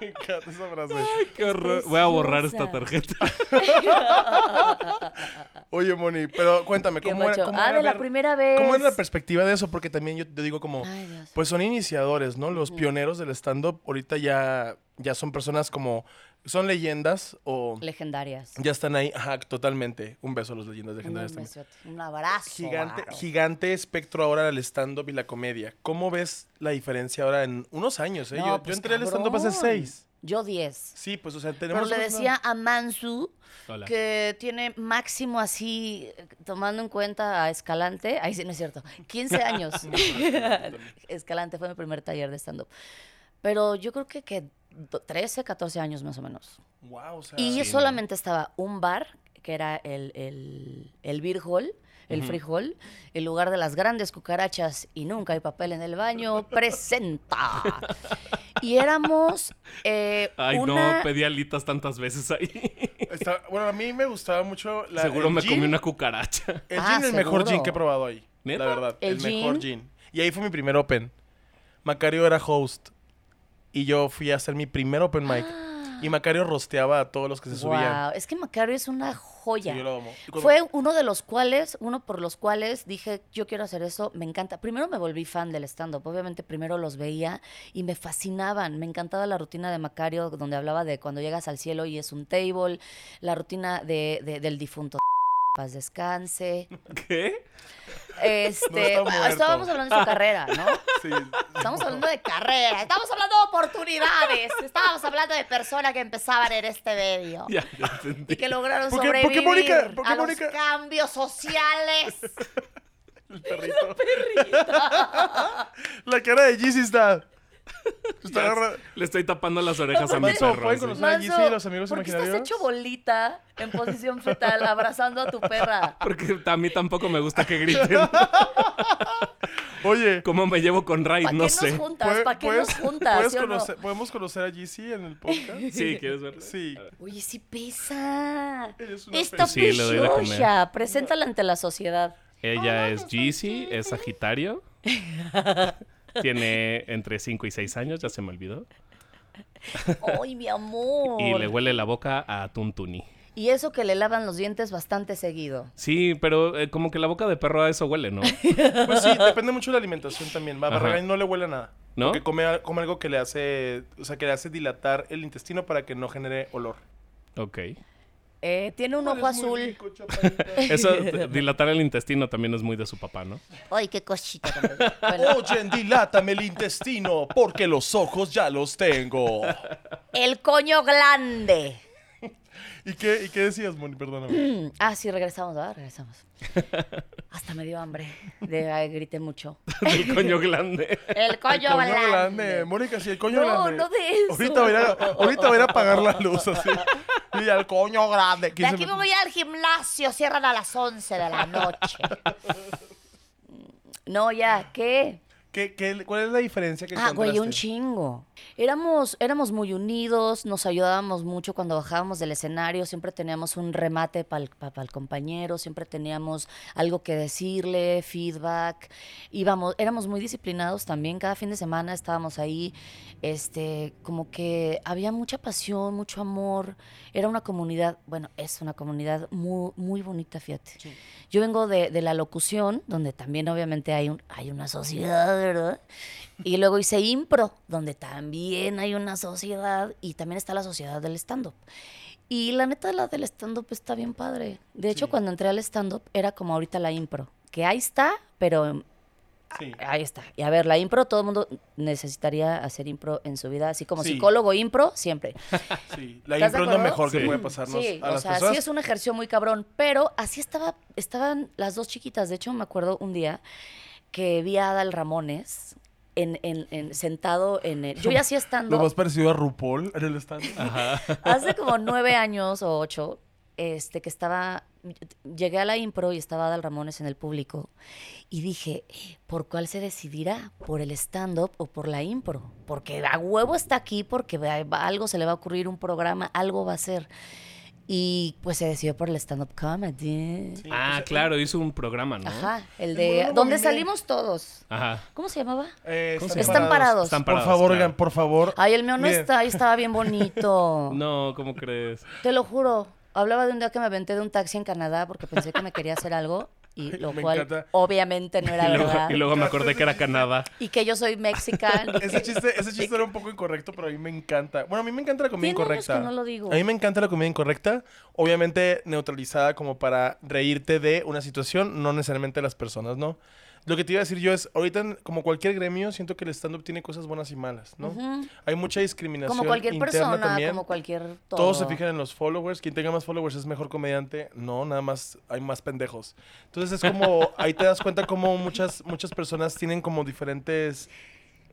Me encanta esa frase.
Qué horror. Voy a borrar esta
preciosa.
tarjeta.
Oye, Moni, pero cuéntame,
Qué
¿cómo era,
macho.
cómo
ah,
era
de la
ver-
primera vez.
¿Cómo era la perspectiva de eso? Porque también yo te digo como,
Ay, Dios.
pues son iniciadores, ¿no? Los pioneros del stand-up ahorita ya, ya son personas como, son leyendas o
Legendarias.
ya están ahí. Ajá, totalmente. Un beso a los leyendas
Un,
legendarias también.
besote, un abrazo.
Gigante,
varo.
gigante espectro ahora del stand-up y la comedia. ¿Cómo ves la diferencia ahora en unos años? eh?
No,
yo, yo
pues,
entré al stand-up hace
cabrón.
seis.
Yo 10.
Sí, pues, o sea,
Pero
tenemos...
le
una-
decía a Mansu
Hola.
que tiene máximo así, eh, tomando en cuenta a Escalante, ahí sí no es cierto, 15 años. Escalante fue mi primer taller de stand-up. Pero yo creo que, que do- 13, 14 años más o menos.
Wow, o sea,
Y
sí, ¿no?
solamente estaba un bar, que era el, el, el beer hall, el free hall, el lugar de las grandes cucarachas y nunca hay papel en el baño, presenta. Y éramos eh,
Ay,
una...
no, pedí alitas tantas veces ahí.
está- bueno, a mí me gustaba mucho la...
Seguro
el
me
gin.
comí una cucaracha.
El
Ah,
gin es el mejor gin
seguro.
que he probado ahí.
¿Neta?
La verdad. El,
¿El
mejor
gin?
gin. Y ahí fue mi primer open. Macario era host. Y yo fui a hacer mi primer open mic.
Ah.
Y Macario rosteaba a todos los que se subían.
Wow, es que Macario es una
Y
joya.
yo lo amo. Y cuando-
Fue uno de los cuales, uno por los cuales dije, yo quiero hacer eso, me encanta. Primero me volví fan del stand-up, obviamente primero los veía y me fascinaban. Me encantaba la rutina de Macario, donde hablaba de cuando llegas al cielo y es un table, la rutina de, de- del difunto. Paz descanse.
¿Qué?
No
Este,
está
bueno,
muerto.
estábamos hablando de su carrera, ¿no?
Sí.
Estamos hablando de carrera, estamos hablando de oportunidades, estábamos hablando de personas que empezaban en este medio.
Ya, ya entendí.
Y que lograron
¿Por qué- por qué
sobrevivir
Mónica- por qué
a los
Mónica-
cambios sociales.
El perrito. la cara de Jeezy está. Está agarrada.
Le estoy tapando las orejas a ¿eh? mi
Manso,
perro.
¿pueden
así.
conocer? Ay, sí, los amigos
¿por qué estás
imaginarios?
hecho bolita en posición fetal abrazando a tu perra?
Porque a mí tampoco me gusta que griten.
Oye,
¿Cómo me llevo con Ray?
¿Para qué
No sé.
nos juntas?
¿puede-
¿Para qué
puedes-
nos juntas?
puedes
¿Sí o no?
conocer- ¿Podemos conocer a Jeezy en el podcast?
Sí, ¿quieres verlo?
Sí.
Oye, sí pesa.
Ella es una
Esta
Sí, le doy de comer.
pichocha. Preséntala ante la sociedad.
Ella es Jeezy, es Sagitario. Tiene entre 5 y 6 años, ya se me olvidó.
Ay, mi amor.
Y le huele la boca a Tuntuni.
Y eso que le lavan los dientes bastante seguido.
Sí, pero eh, como que la boca de perro a eso huele, ¿no?
Pues sí, depende mucho de la alimentación también. A
Ajá.
Barragán no le huele a nada.
¿No?
Porque come, a- come algo que le hace, o sea, que le hace dilatar el intestino para que no genere olor.
Ok.
Eh, tiene un ojo azul.
Eso, d- dilatar el intestino también es muy de su papá, ¿no?
Ay, qué cosita. Bueno,
Oye, dilátame el intestino porque los ojos ya los tengo.
el coño grande.
¿Y qué, y qué decías, Moni? Perdóname.
Ah, sí, regresamos, ¿verdad? Regresamos. Hasta me dio hambre. De, ay, grité mucho.
Del coño grande.
El coño,
Coño
grande.
grande. Mónica, sí, el coño
No,
grande.
no de eso.
Ahorita voy, a, ir a- ahorita voy a ir a apagar la luz así. Y al coño grande.
De
15
aquí me
minutos.
voy al gimnasio, cierran a las 11 de la noche. No, ya, ¿qué?
¿Qué- qué- ¿Cuál es la diferencia que
Ah, güey, un
encontraste?
chingo. Éramos, éramos muy unidos, nos ayudábamos mucho cuando bajábamos del escenario, siempre teníamos un remate para el, compañero, siempre teníamos algo que decirle, feedback. Íbamos, éramos muy disciplinados también, cada fin de semana estábamos ahí, este, como que había mucha pasión, mucho amor. Era una comunidad, bueno, es una comunidad muy, muy bonita, fíjate. Yo vengo de, de la locución, donde también obviamente hay, un, hay una sociedad, ¿verdad? Y luego hice impro, donde también hay una sociedad y también está la sociedad del stand-up. Y la neta, la del stand-up está bien padre. De hecho, cuando entré al stand-up era como ahorita la impro, que ahí está, pero
Sí.
ahí está. Y a ver, la impro, todo el mundo necesitaría hacer impro en su vida, así como
Sí.
psicólogo impro, siempre.
Sí, la
¿Estás
impro es
de
lo
acuerdo?
mejor que
Sí.
puede pasarnos
Sí,
a
o
las
sea,
personas.
sí es un ejercicio muy cabrón, pero así estaba, estaban las dos chiquitas. De hecho, me acuerdo un día que vi a Adal Ramones en, en- en- sentado en el... Yo ya hacía
Lo
estando
más parecido a RuPaul en el stand.
hace como nueve años o ocho, este, que estaba... Llegué a la impro y estaba Adal Ramones en el público y dije, "Eh, ¿por cuál se decidirá? ¿Por el stand-up o por la impro? Porque a huevo está aquí porque va- va- algo se le va a ocurrir, un programa, algo va a ser. Y pues se decidió por el stand-up comedy.
Sí,
Ah,
pues,
claro, hizo un programa, ¿no?
Ajá, el
El
de...
monólogo
¿Dónde
inglés.
salimos todos?
Ajá.
¿Cómo se llamaba?
eh,
¿Cómo se llama?
Están parados.
Están
Por
parados,
favor,
claro.
oigan, por favor.
Ay, el mío no
Miren,
está, yo estaba bien bonito.
No, ¿cómo crees?
Te lo juro. Hablaba de un día que me aventé de un taxi en Canadá porque pensé que me quería hacer algo y lo
Me
cual
encanta.
obviamente no era
Y luego,
verdad.
y luego me acordé que era Canadá.
Y que yo soy mexicana.
Ese chiste, ese chiste era un poco incorrecto, pero a mí me encanta. Bueno, a mí me encanta la comida
Tiene años
incorrecta.
que no lo digo.
A mí me encanta la comida incorrecta, obviamente neutralizada como para reírte de una situación, no necesariamente de las personas, ¿no? Lo que te iba a decir yo es, ahorita en- como cualquier gremio, siento que el stand-up tiene cosas buenas y malas, ¿no?
Ujú.
Hay mucha discriminación.
Como cualquier
interna
persona,
también.
como cualquier todo.
Todos se fijan en los followers. Quien tenga más followers es mejor comediante. No, nada más hay más pendejos. Entonces es como, ahí te das cuenta como muchas, muchas personas tienen como diferentes,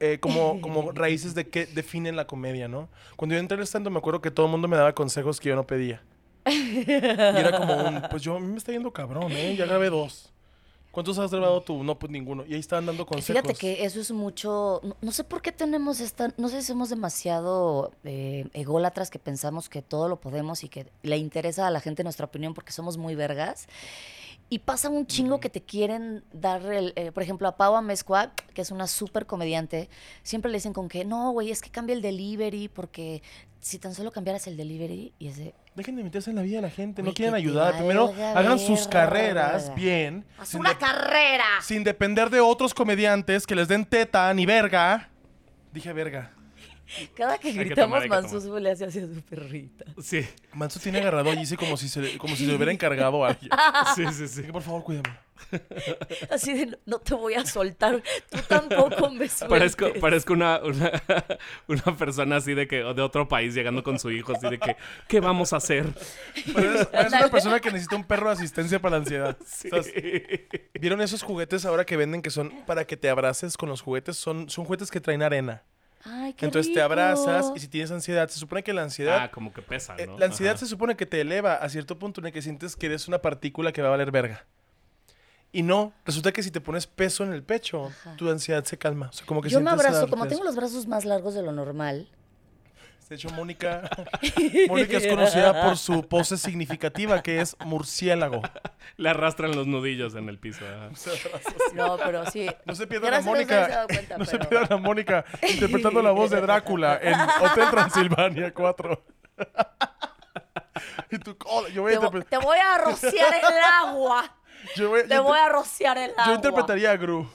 eh, como, como raíces de qué definen la comedia, ¿no? Cuando yo entré al stand me acuerdo que todo el mundo me daba consejos que yo no pedía. Y era como un, pues yo, a mí me está yendo cabrón, ¿eh? Ya grabé dos. ¿Cuántos has grabado tú? No, pues ninguno. Y ahí estaban dando consejos.
Fíjate que eso es mucho. No, no sé por qué tenemos esta. No sé si somos demasiado eh, ególatras que pensamos que todo lo podemos y que le interesa a la gente nuestra opinión porque somos muy vergas. Y pasa un chingo que te quieren dar. El, eh, por ejemplo, a Pau Amezcua, que es una súper comediante, siempre le dicen con que no, güey, es que cambia el delivery porque si tan solo cambiaras el delivery y ese.
Dejen de meterse en la vida de la gente.
Güey,
no quieren
que te
ayudar. Primero,
valga
hagan sus
verga.
carreras bien.
¡Haz
sin
una
dep-
carrera!
Sin depender de otros comediantes que les den teta ni verga. Dije verga.
Cada que
Hay que tomar,
gritamos
hay que tomar.
Mansusu le hace así a su perrita.
Sí,
Manso tiene agarrado a Yeezy como si se, le- como si se le hubiera encargado a alguien.
sí, sí, sí.
Dije, por favor, cuídame.
Así de, no te voy a soltar, tú tampoco me sueltes.
Parezco, parezco una, una, una persona así de que de otro país llegando con su hijo, así de que, ¿qué vamos a hacer?
Pero eres, eres una persona que necesita un perro de asistencia para la ansiedad. Estás- ¿Vieron esos juguetes ahora que venden que son para que te abraces con los juguetes? Son, son juguetes que traen arena.
Ay, qué
Entonces te
rico.
abrazas y si tienes ansiedad, se supone que la ansiedad
Ah, como que pesa,
Eh,
¿no?
La ansiedad
Ajá.
se supone que te eleva a cierto punto en el que sientes que eres una partícula que va a valer verga. Y no, resulta que si te pones peso en el pecho,
Ajá.
tu ansiedad se calma. O sea, como que
Yo me
sientes
abrazo,
la-
como
la-
tengo los brazos más largos de lo normal.
De hecho, Mónica, Mónica es conocida por su pose significativa, que es murciélago.
Le arrastran los nudillos en el piso. ajá.
No, pero sí.
No se pierdan a
Gracias, no se había
Mónica.
dado cuenta,
No se
pero-
pierdan a Mónica interpretando la voz de Drácula en Hotel Transilvania 4. Y tú, "Oh, yo voy a
Te, vo-
interpre-
te voy a rociar el agua.
yo voy- yo
Te
inter-
voy a rociar el agua.
Yo interpretaría a Gru.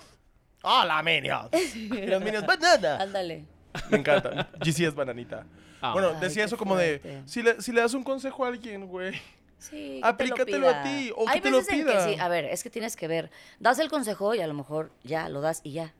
¡Hola, Ah, Minions! Y los Minions, ¡banana!
Ándale.
Me encanta. GC es bananita.
Ah.
bueno,
Ay,
decía
qué
eso como de,
fuerte.
si le, si le das un consejo a alguien, güey.
Sí, que te
Aplícatelo
lo
a
pida.
ti, o que
Hay
te lo
veces en que
pida.
sí, a ver, es que tienes que ver. Das el consejo y a lo mejor ya lo das y ya.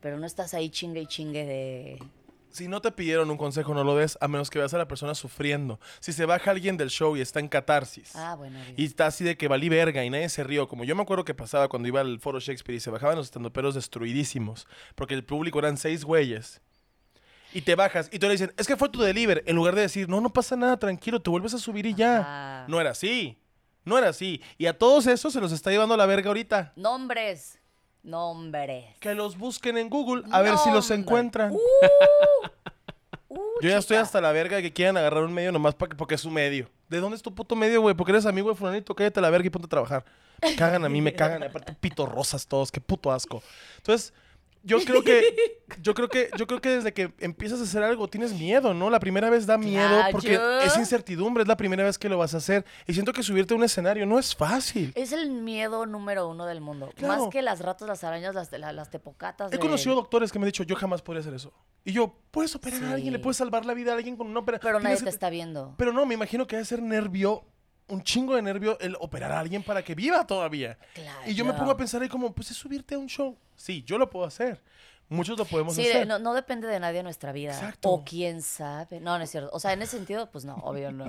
Pero no estás ahí chingue y chingue de.
Si no te pidieron un consejo, no lo des, a menos que veas a la persona sufriendo. Si se baja alguien del show y está en catarsis.
Ah, bueno. bien.
Y está así de que valí verga y nadie se rió. Como yo me acuerdo que pasaba cuando iba al foro Shakespeare y se bajaban los estandoperos destruidísimos. Porque el público eran seis güeyes. Y te bajas y te le dicen, es que fue tu deliver. En lugar de decir, no, no pasa nada, tranquilo, te vuelves a subir y ya.
Ajá.
No era así. No era así. Y a todos esos se los está llevando la verga ahorita.
Nombres. Nombres.
Que los busquen en Google a ver si los
Nombre.
encuentran.
Uh, uh,
Yo ya estoy
chica.
hasta la verga de que quieran agarrar un medio nomás pa- porque es su medio. ¿De dónde es tu puto medio, güey? Porque eres amigo de fulanito, cállate a la verga y ponte a trabajar. Me cagan a mí, me cagan. Aparte, pito rosas todos, qué puto asco. Entonces, yo creo que, yo creo que, yo creo que desde que empiezas a hacer algo tienes miedo, ¿no? La primera vez da miedo porque
Claro.
es incertidumbre, es la primera vez que lo vas a hacer. Y siento que subirte a un escenario no es fácil.
Es el miedo número uno del mundo.
Claro.
Más que las ratas, las arañas, las, la- las tepocatas.
He
de-
conocido doctores que me han dicho, yo jamás podría hacer eso. Y yo, puedes operar a alguien, le
Sí.
puedes salvar la vida a alguien con una operación.
Pero nadie te está viendo.
Pero no, me imagino que debe ser nervio, un chingo de nervio el operar a alguien para que viva todavía.
Claro.
Y yo me pongo a pensar ahí como, pues es subirte a un show. Sí, yo lo puedo hacer. Muchos lo podemos
Sí, de-
hacer.
no, no depende de nadie nuestra vida.
Exacto.
O quién sabe. No, no es cierto. O sea, en ese sentido, pues no, obvio no.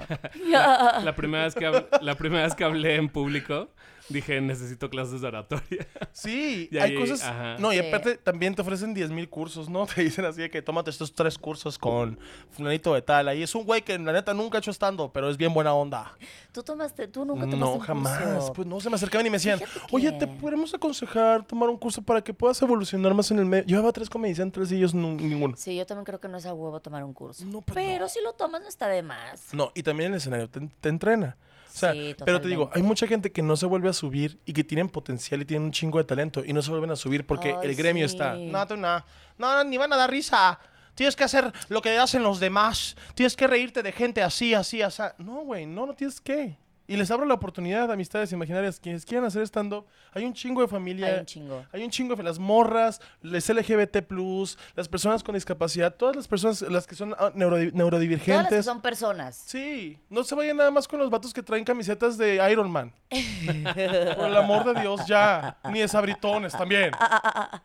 La primera, vez que hab- la primera vez que hablé en público, Dije, necesito clases de oratoria.
Sí,
Y
hay
ahí,
cosas.
ajá.
No, y
Sí.
aparte también te ofrecen 10 mil cursos, ¿no? Te dicen así de que tómate estos tres cursos con Fulanito de Tal. Ahí es un güey que la neta nunca ha hecho estando, pero es bien buena onda.
Tú tomaste, tú nunca tomaste
No,
un
jamás.
curso.
Pues no, se me acercaban y me decían,
Fíjate
oye,
que-
te podemos aconsejar tomar un curso para que puedas evolucionar más en el medio. Yo llevaba tres como me decían tres y ellos nu- ninguno.
Sí, yo también creo que no es a huevo tomar un curso.
No, pues,
pero si lo tomas no está de más.
No, y también el escenario te, te entrena. O sea,
Sí,
pero te digo,
totalmente.
hay mucha gente que no se vuelve a subir y que tienen potencial y tienen un chingo de talento y no se vuelven a subir porque
Ay,
el gremio está.
sí.
No, tú no. No, ni van a dar risa. Tienes que hacer lo que hacen los demás. Tienes que reírte de gente así, así, así. No, güey, no, no tienes que. Y les abro la oportunidad a amistades imaginarias. Quienes quieran hacer stand-up, hay un chingo de familia.
Hay un chingo.
Hay un chingo de las morras, las LGBT, las personas con discapacidad, todas las personas, las que son ah, neurodi-
Todas las que
neurodivergentes.
son personas.
Sí, no se vayan nada más con los vatos que traen camisetas de Iron Man. Por el amor de Dios, ya. Ni de sabritones también.
Ah,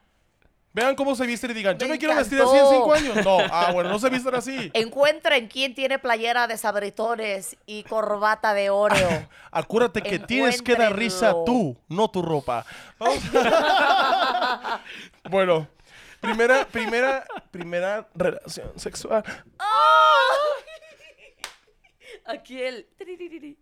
Vean cómo se visten y digan, yo
Me
me, quiero vestir así en cinco
encantó.
años. No, ah, bueno, no se vistan así.
Encuentren quién tiene playera de sabritones y corbata de Oreo.
Acuérdate que tienes que dar risa
Encuéntrenlo.
tú, no tu ropa. Vamos. bueno, primera, primera, primera relación sexual.
Aquí el... tiririri.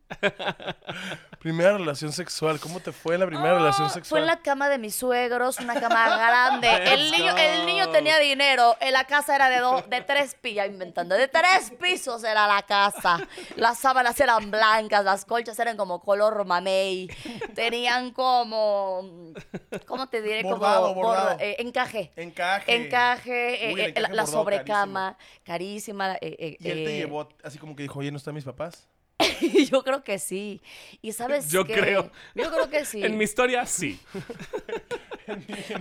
Primera relación sexual. ¿Cómo te fue la primera relación
Ah,
sexual?
Fue en la cama de mis suegros, una cama grande. El
Let's
niño, el
go.
niño tenía dinero. En la casa era de dos, de tres pillas inventando. De tres pisos era la casa. Las sábanas eran blancas, las colchas eran como color mamey. Tenían como, ¿cómo te diré?
Bordado,
como bor-
bordado.
eh, encaje.
Encaje.
Encaje, eh,
Uy, el
eh, la-
encaje
la,
bordado
sobrecama, carísima. eh, eh,
Y él te
eh,
llevó así como que dijo, oye, ¿no están mis papás?
yo creo que sí. Y sabes
Yo
qué?
creo.
Yo creo que sí.
En mi historia, sí.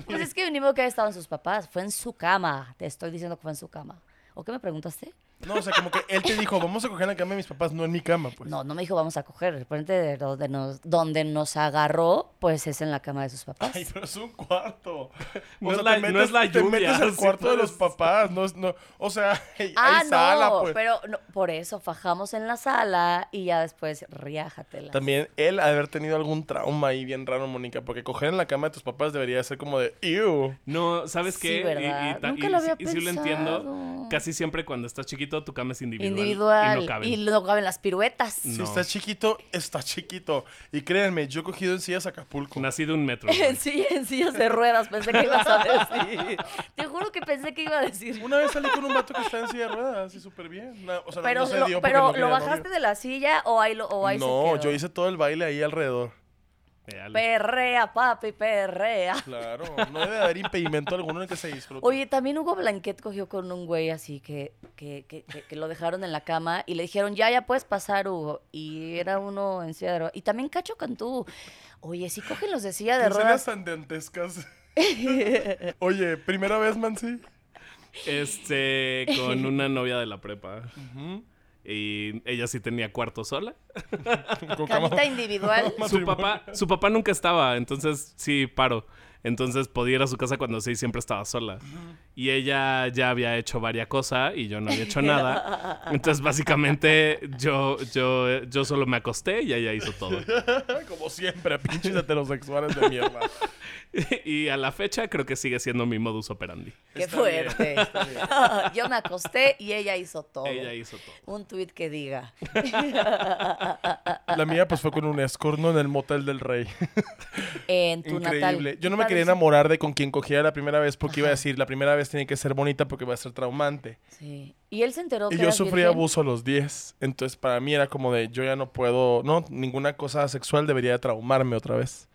Pues es que mínimo que estaban sus papás. Fue en su cama. Te estoy diciendo que fue en su cama. ¿O qué me preguntaste?
No, o sea, como que él te dijo, vamos a coger en la cama de mis papás, no en mi cama, pues.
No, no me dijo vamos a coger. De repente de donde nos, donde nos agarró, pues es en la cama de sus papás.
Ay, pero es un cuarto.
No es la- no es la
Te
lluvia,
metes al
sí
cuarto de los
puedes.
papás, no, es- no, o sea, hay,
ah,
hay sala,
no,
pues.
pero no, por eso fajamos en la sala y ya después riájatela.
También él ha de haber tenido algún trauma ahí bien raro, Mónica, porque coger en la cama de tus papás debería ser como de, ew.
No, ¿sabes
Sí,
qué?
¿verdad?
ta-
Nunca lo había
sí- y sí lo
pensado.
entiendo. Casi siempre cuando estás chiquito, tu cama es individual.
Individual.
Y no caben.
Y no caben las piruetas.
Si
No.
está chiquito, está chiquito. Y créanme, yo he cogido en sillas Acapulco.
Nací de un metro. güey.
Sí, en sillas de ruedas pensé que ibas a decir. Te juro que pensé que iba a decir.
Una vez salí con un vato que estaba en silla de ruedas, y súper bien. Na- o sea, no-
Pero,
no se
lo,
dio porque
pero
no
¿lo
quería novio.
bajaste de la silla o ahí, lo, o ahí se
No,
quedó?
yo hice todo el baile ahí alrededor.
Véale.
Perrea, papi, perrea.
Claro, no debe haber impedimento alguno en el que se disfrute.
Oye, también Hugo Blanquet cogió con un güey así que, que, que, que- que lo dejaron en la cama y le dijeron, ya, ya puedes pasar, Hugo. Y era uno en silla de ruedas. Y también Cacho Cantú. Oye, si cogen los de silla de
¿Qué escenas
ruedas.
tan dantescas? Oye, primera vez, Mansi.
Este, con una novia de la prepa. Y ella sí tenía cuarto sola.
Con cama-
Camita individual.
Su
Matrimonio.
papá, su papá nunca estaba, entonces sí, paro. Entonces podía ir a su casa cuando sí, siempre estaba sola. Y ella ya había hecho varias cosas y yo no había hecho nada. Entonces básicamente yo, yo, yo solo me acosté y ella hizo todo.
Como siempre, pinches heterosexuales de mierda.
Y a la fecha creo que sigue siendo mi modus operandi.
Qué
Está bien,
fuerte. Yo me acosté y ella hizo todo.
Ella hizo todo.
Un tuit que diga.
La mía, pues, fue con un escorno en el motel del rey.
En tu natal.
Increíble. Yo no me
Padre,
quería
sí.
enamorar de con quien cogía la primera vez porque iba a decir, la primera vez tiene que ser bonita porque va a ser traumante.
Sí. Y él se enteró que
Y yo
eras
sufrí
virgen.
abuso a los 10. Entonces, para mí era como de, yo ya no puedo, no, ninguna cosa sexual debería de traumarme otra vez.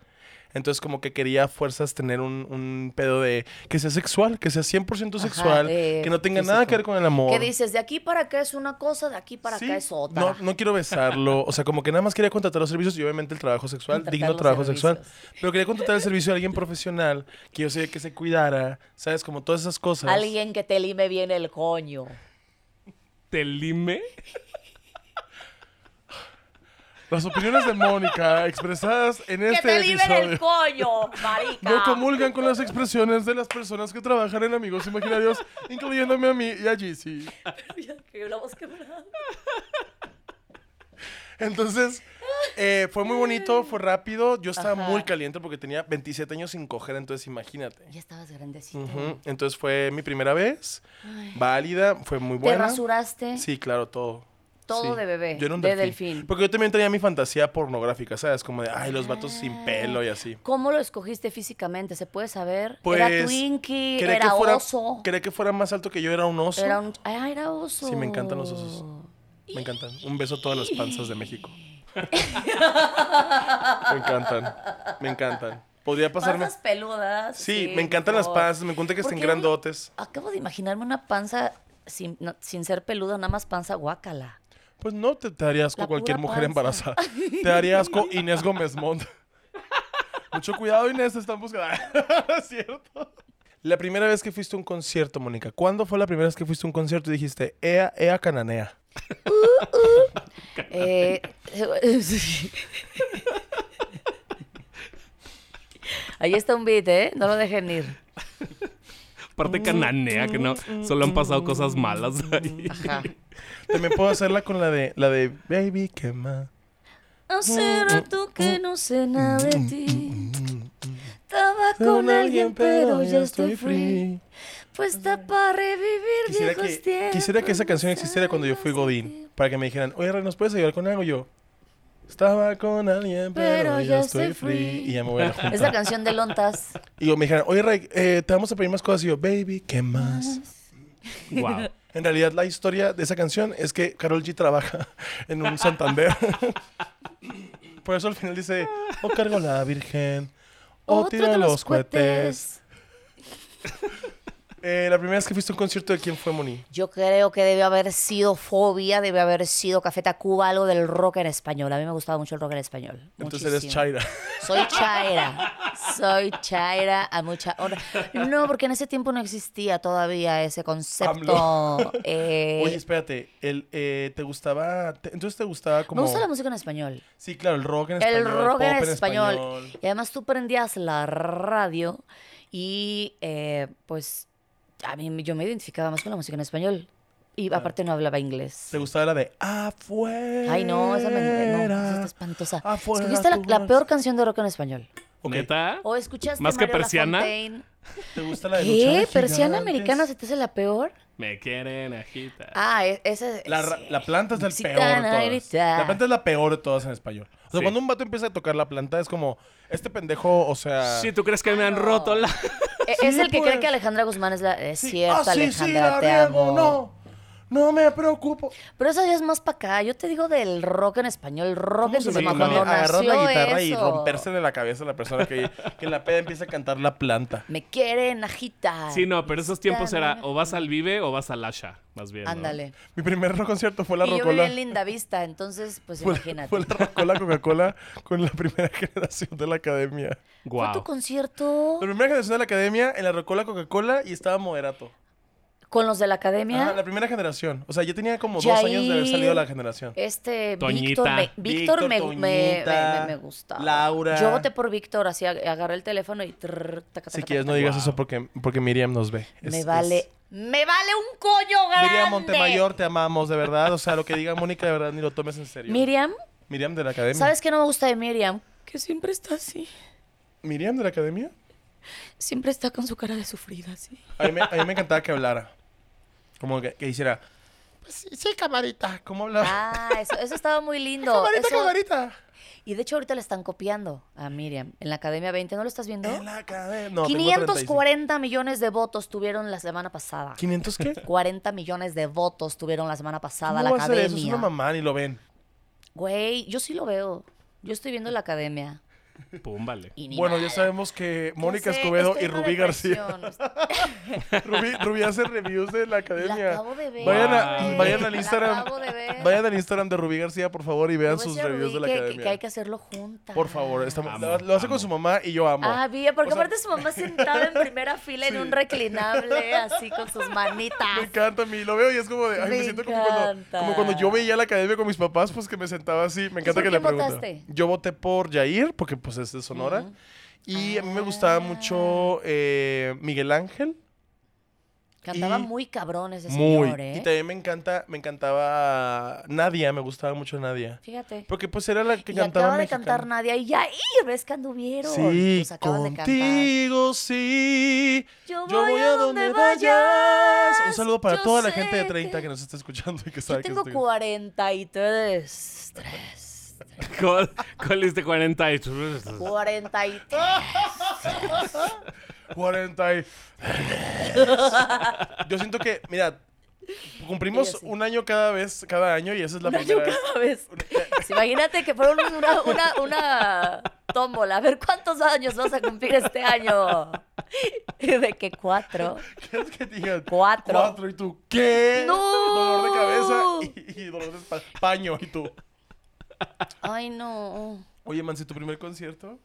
Entonces, como que quería a fuerzas tener un, un pedo de que sea sexual, que sea 100%
Ajá,
sexual,
de
que no tenga nada
físico.
que ver con el amor.
Que dices, de aquí para acá es una cosa, de aquí para
Sí,
acá es otra.
No, no quiero besarlo. O sea, como que nada más quería contratar los servicios y obviamente el trabajo sexual,
Contratar
digno
los
trabajo
servicios.
sexual. Pero quería contratar el servicio de alguien profesional que yo sé que se cuidara, ¿sabes? Como todas esas cosas.
Alguien que te lime bien el coño.
¿Te lime?
Las opiniones de Mónica expresadas en este
que te limen
episodio.
el coño, marica.
No comulgan con las expresiones de las personas que trabajan en Amigos Imaginarios, incluyéndome a mí y a Gizzy.
Mira, que la voz quebrada.
Entonces, eh, fue muy bonito, fue rápido. Yo estaba
Ajá.
muy caliente porque tenía 27 años sin coger, entonces imagínate.
Ya estabas grandecito.
Ujú, Entonces fue mi primera vez, válida, fue muy
Te
buena.
rasuraste.
Sí, claro, todo.
Todo
Sí.
de bebé,
Yo era un
de
delfín.
delfín.
Porque yo también tenía mi fantasía pornográfica, ¿sabes? Como de, ay, los vatos
Ah.
sin pelo y así.
¿Cómo lo escogiste físicamente? ¿Se puede saber?
Pues,
era Twinkie,
creí
era
que fuera,
oso.
creí que fuera más alto que yo, era un oso.
Era un... Ah, era oso.
Sí, me encantan los osos. Me encantan. Un beso a todas las panzas de México. me encantan, me encantan. Podría pasarme...
Panzas peludas.
Sí,
así,
me encantan
por
las
favor.
panzas, me encanta que estén
Porque
grandotes.
uno- Acabo de imaginarme una panza sin, no, sin ser peluda, nada más panza guácala.
Pues no, te, te daría asco
La
cualquier
pura
mujer
panza.
embarazada. Te daría asco Inés Gómez Mont. Mucho cuidado, Inés, te están buscando. ¿Es ¿Cierto? La primera vez que fuiste a un concierto, Mónica, ¿cuándo fue la primera vez que fuiste a un concierto y dijiste, ea, ea, cananea?
Eh, Ahí está un beat, ¿eh? No lo dejen ir.
Aparte cananea, que no. Solo han pasado cosas malas ahí.
Ajá.
También puedo hacerla con la de, la de Baby Quema.
Hace rato que no sé nada de ti. Estaba con alguien, pero ya estoy free. Puesta para revivir
Quisiera
viejos
que, quisiera que esa
tiempos,
canción existiera cuando yo fui
años de
Godín, para que me dijeran, oye, Ray, ¿nos puedes ayudar con algo? Y Yo estaba con alguien, pero, ya estoy free. Y ya me voy a la junta.
Es la canción de Lontas.
Y yo me dijeron, oye, Ray, eh, te vamos a pedir más cosas. Y yo, baby, ¿qué más?
Wow.
En realidad, la historia de esa canción es que Carol G trabaja en un Santander. Por eso al final dice, o cargo la virgen, o
Otro
tiro
de
Oh, los cohetes. Eh, la primera vez que fuiste a un concierto, ¿de quién fue, Moni?
Yo creo que debe haber sido Fobia, debe haber sido Café Tacuba, algo del rock en español. A mí me gustaba mucho el rock en español.
Entonces eres
Muchísimo.
Chaira.
Soy Chaira. Soy Chaira a mucha hora. No, porque en ese tiempo no existía todavía ese concepto. eh,
Oye, espérate, el, eh, ¿te gustaba? te- entonces te gustaba como...
Me gusta la música en español.
Sí, claro, el rock en español.
El rock en
pop
español. Y además tú prendías la radio y eh, pues a mí yo me identificaba más con la música en español. Y aparte no hablaba inglés.
¿Te gustaba la de afuera?
Ay, no, esa me, no, pues, esa está espantosa.
Afuera
Escogiste la,
tu
la
voz.
peor canción de rock en español.
Ok,
¿Neta?
¿O escuchaste
¿Más que
Mario
Persiana?
Lafontaine?
¿Te gusta la de luchar
¿Qué?
de
¿Persiana
gigantes?
americana se te hace la peor?
Me quieren agita.
Ah, e- esa es.
La, ra- la planta es la
Sí,
peor de
tan
todas.
ahorita.
La planta es la peor de todas en español. O sea,
Sí.
cuando un vato empieza a tocar la planta es como, este pendejo, o
Ah,
sea...
Sí, ¿tú crees que me han roto la...?
E-
Sí,
es el que
pues.
cree que Alejandra Guzmán es la. Es
sí,
cierta,
ah, sí, sí,
Alejandra,
la
te
riego,
amo.
no. No me preocupo.
Pero eso ya es más para acá. Yo te digo del rock en español, rock en
se
su
me
llama?
ocurre
cuando
agarrar la
nació
guitarra y
eso.
romperse de la cabeza a la persona que, que en la peda empieza a cantar la planta?
Me quieren agitar.
Sí, no, pero esos tiempos era
Gitana.
o vas al Vive o vas al Asha, más bien. ¿no?
Ándale.
Mi primer rock concierto fue la
y yo vivía
Rocola.
en Linda Vista, entonces, pues
Fue,
imagínate.
fue la Rocola Coca-Cola con la primera generación de la academia.
¿Fue
Guau.
tu concierto
La primera generación de la academia en la Rocola Coca-Cola y estaba moderato.
con los de la academia?
Ajá, la primera generación. O sea, yo tenía como dos
Yair,
años de haber salido de la generación.
Este Víctor
Toñita.
me,
Víctor,
Víctor me, me, me,
Toñita,
me- me gustaba.
Laura.
Yo voté por Víctor, así ag- agarré el teléfono y trrr, taca,
Si
taca,
quieres,
taca,
no
taca.
digas
Wow.
eso porque, porque Miriam nos ve. Es-
me
es-
vale, me vale un collo grande.
Miriam Montemayor, te amamos, de verdad. O sea, lo que diga Mónica, de verdad, ni lo tomes en serio.
Miriam,
Miriam de la academia.
¿sabes qué no me gusta de Miriam? Que siempre está así.
¿Miriam de la academia?
Siempre está con su cara de sufrida, así.
A mí me, a mí me encantaba que hablara. Como que, que hiciera. Pues sí, sí, camarita. ¿Cómo hablaba?
Ah, eso, eso estaba muy lindo.
camarita,
eso-
camarita.
Y de hecho ahorita le están copiando a Miriam en la Academia 20, ¿no lo estás viendo?
En la academia. No, tengo 35.
540 millones de votos tuvieron la semana pasada.
¿500 qué?
40 millones de votos tuvieron la semana pasada
¿Cómo
la
va a ser eso? Es
academia.
una mamá, ni lo ven.
Güey, yo sí lo veo. Yo estoy viendo la academia.
Pum, vale.
Y ni
Bueno,
nada.
ya sabemos que Mónica
sé,
Escobedo
estoy
y
en una
Rubí García.
depresión.
Rubí, Rubí hace reviews de la academia.
La acabo de ver.
Vayan, a-
Ay.
güey.
vayan al
La
Instagram.
acabo de ver.
Vayan al Instagram de Rubí García, por favor, y vean
Le voy a
sus
decir a
reviews de la
Rubí que-
academia.
Que, que hay que hacerlo juntas.
Por favor, está-
Amo,
lo, lo hace
amo.
con su mamá y yo amo.
Ah, bien, porque
O sea-
aparte su mamá sentada en primera fila en un reclinable, así con sus manitas.
Me encanta a mí, lo veo y es como de, ay, me,
Me
siento como cuando,
encanta.
como cuando yo veía la academia con mis papás, pues que me sentaba así. Me encanta
por
que
quién
le preguntan.
votaste?
Yo voté por Jair, porque pues es de Sonora.
Ah.
Y a mí me gustaba mucho eh, Miguel Ángel.
Cantaba
Y-
muy cabrón ese
Muy.
señor, ¿eh?
Y también me encanta, me encantaba Nadia, me gustaba mucho Nadia.
Fíjate.
Porque pues era la que
Y
cantaba
acaba de cantar
mexicana.
Nadia y ya, ¡y! ¿Ves que anduvieron?
Sí,
Pues acaban de cantar.
contigo sí.
Yo
Yo voy a donde vayas. Un saludo para toda la gente de 30 que nos está escuchando y que
Yo
sabe que
tengo
estoy-
43. tres,
¿Cuál, cuál es de 40 y...
43.
40 y... Yo siento que, mira, cumplimos
Yo sí.
un año cada vez, cada año, y esa es la
Un año
primera vez.
cada vez. Pues imagínate que fuera un- una, una, una tómbola. A ver, ¿cuántos años vas a cumplir este año? Y de que cuatro.
¿Quieres que te digan?
Cuatro.
Cuatro, y tú, ¿qué?
¡No!
Dolor de cabeza y, y dolor de espalda. Paño, y tú.
Ay, no.
Oye, Mansi, ¿tu primer concierto?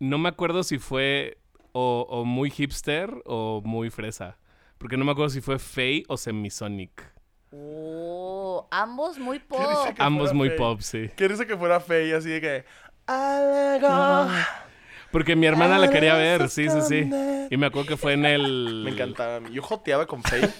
No me acuerdo si fue o, o muy hipster o muy fresa. Porque no me acuerdo si fue Faye o Semisonic.
Oh, ambos muy pop.
Qué risa que
Ambos
fuera
muy
Faye.
pop, sí.
Qué risa que fuera Faye, así de que... Algo.
Porque mi hermana
Ah,
la quería
Ahora
ver, sí, sí, sí.
escóndete.
Y me acuerdo que fue en el...
Me encantaba a mí. Yo joteaba con Faye.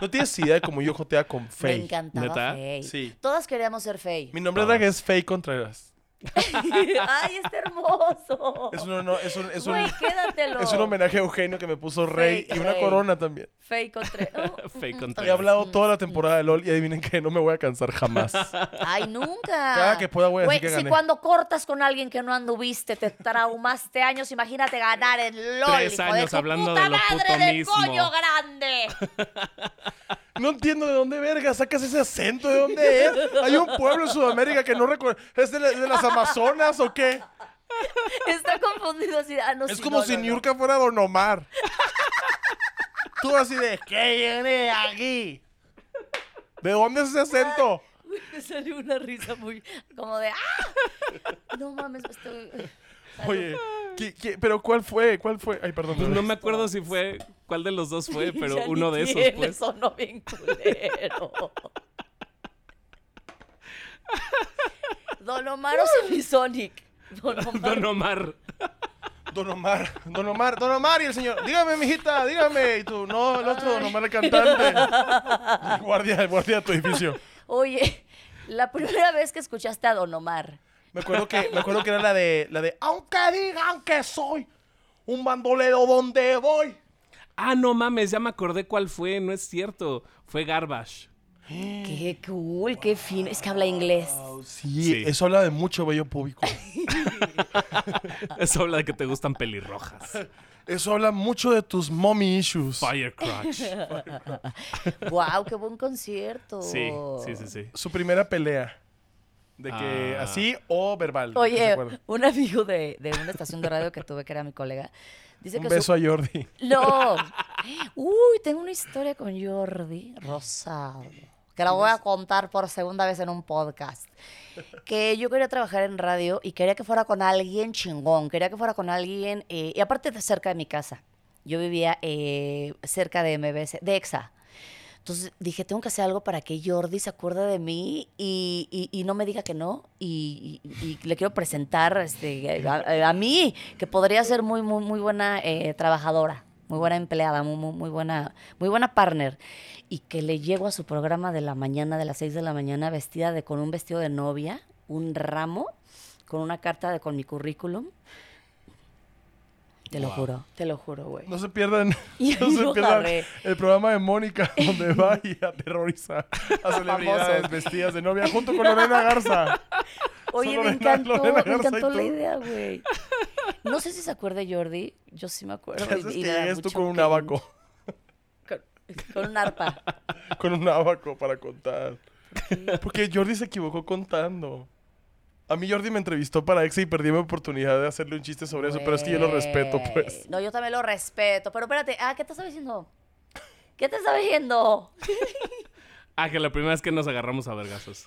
No tienes idea de cómo yo joteaba con
Me
Faye.
encantaba
¿Neta?
Faye.
Sí.
Todas queríamos ser Faye.
Mi nombre drag es Faye Contreras.
Ay, está hermoso.
Es un, honor- es un, es un,
Güey, quédatelo.
es un homenaje a Eugenio que me puso rey
Rey,
y una
rey.
corona también.
Faye Contreras.
Faye
He
Contreras.
hablado toda la temporada de LOL y adivinen que no me voy a cansar jamás.
Ay, nunca.
Cada que pueda voy a
Güey,
decir que
si
gané.
cuando cortas con alguien que no anduviste, te traumaste años, imagínate ganar en LOL,
Tres
hijo de
años
tu
hablando
puta
de lo
madre
puto
de
mismo.
coño grande.
No entiendo de dónde verga sacas ese acento, de dónde es. Hay un pueblo en Sudamérica que no recuerdo. ¿Es de, la- de las Amazonas o qué?
Está confundido así. Ah, no,
Es
sí,
como
no,
si
no, no.
Niurka fuera Don Omar. Tú así de, ¿qué viene aquí? ¿De dónde es ese acento?
Uy, me salió una risa muy como de ¡ah! No mames, estoy...
Oye, ¿qué- qué- pero cuál fue? ¿Cuál fue? Ay, perdón.
Pues
bebé.
no me acuerdo si fue cuál de los dos fue, pero
Ya ni
uno de esos,
tiene,
pues.
Sonó bien culero. Don Omar o Semisonic. Don Omar.
Don
Don Omar.
Omar, Don Omar, Don Omar y el señor, dígame, mijita, dígame. Y tú, no, el otro Don Omar, el cantante. El guardia, el guardia de tu edificio.
Oye, la primera vez que escuchaste a Don Omar.
Me acuerdo que, me acuerdo que era la de, la de, aunque digan que soy un bandolero donde voy.
Ah, no mames, ya me acordé cuál fue, no es cierto. Fue Garbage.
Qué cool, qué fino. Es que habla inglés.
Sí,
Sí.
eso habla de mucho bello público.
Eso habla de que te gustan pelirrojas.
Eso habla mucho de tus mommy issues.
Firecrotch.
Wow, qué buen concierto.
Sí, sí, sí, sí.
Su primera pelea. De que
Ah.
así o verbal. no se
Oye,
acuerda.
un amigo de, de una estación de radio que tuve que era mi colega, dice
un
que
beso
su...
a Jordi.
No. Uy, tengo una historia con Jordi Rosado, que la voy a contar por segunda vez en un podcast. Que yo quería trabajar en radio y quería que fuera con alguien chingón, quería que fuera con alguien, eh, y aparte de cerca de mi casa. Yo vivía eh, cerca de MBS, de EXA. Entonces dije, tengo que hacer algo para que Jordi se acuerde de mí y, y- y no me diga que no. Y, y- y le quiero presentar este, a, a mí, que podría ser muy, muy, muy buena eh, trabajadora, muy buena empleada, muy, muy, muy buena, muy buena partner. Y que le llego a su programa de la mañana, de las 6 de la mañana, vestida de, con un vestido de novia, un ramo, con una carta de, con mi currículum. Te lo juro, te lo juro, güey.
No se pierdan,
Y
no
ahí
se
lo
pierdan
agarré.
el programa de Mónica donde va y aterroriza a celebridades
famosos.
vestidas de novia junto con Lorena Garza.
Oye,
Solo
me
Lorena-
encantó,
Lorena
me
Garza y
encantó
tú.
la idea, güey. No sé si se acuerda Jordi, yo sí me acuerdo.
¿Qué haces
y- y
que
me da
llegues tú
mucho
con un
cringe.
abaco?
Con, con un arpa.
Con un abaco para contar. Porque Jordi se equivocó contando. A mí Jordi me entrevistó para Exa y perdí mi oportunidad de hacerle un chiste sobre eso, pero es que yo lo respeto, pues.
Güey. No, yo también lo respeto, pero espérate, ah, ¿qué te estaba diciendo? ¿Qué te estaba diciendo?
Ah, que la primera vez que nos agarramos a vergazos.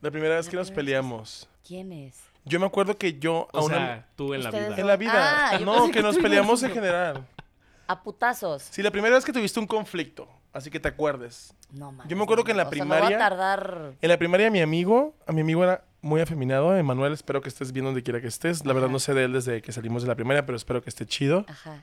La primera vez que nos peleamos.
¿Quién es?
Yo me acuerdo que yo a
O
una-
sea, tú en la
Ustedes
vida.
en la vida,
Ah, yo
no,
pensé
que
que
nos
tú ibas
peleamos en
diciendo.
general.
A putazos.
Sí, la primera vez que tuviste un conflicto, así que te acuerdes.
No mames.
Yo me acuerdo que en la
o sea, me voy
primaria-
a tardar.
En la primaria mi amigo, a mi amigo era muy afeminado, Emanuel, espero que estés bien donde quiera que estés. La verdad no sé de él desde que salimos de la primaria, pero espero que esté chido.
Ajá.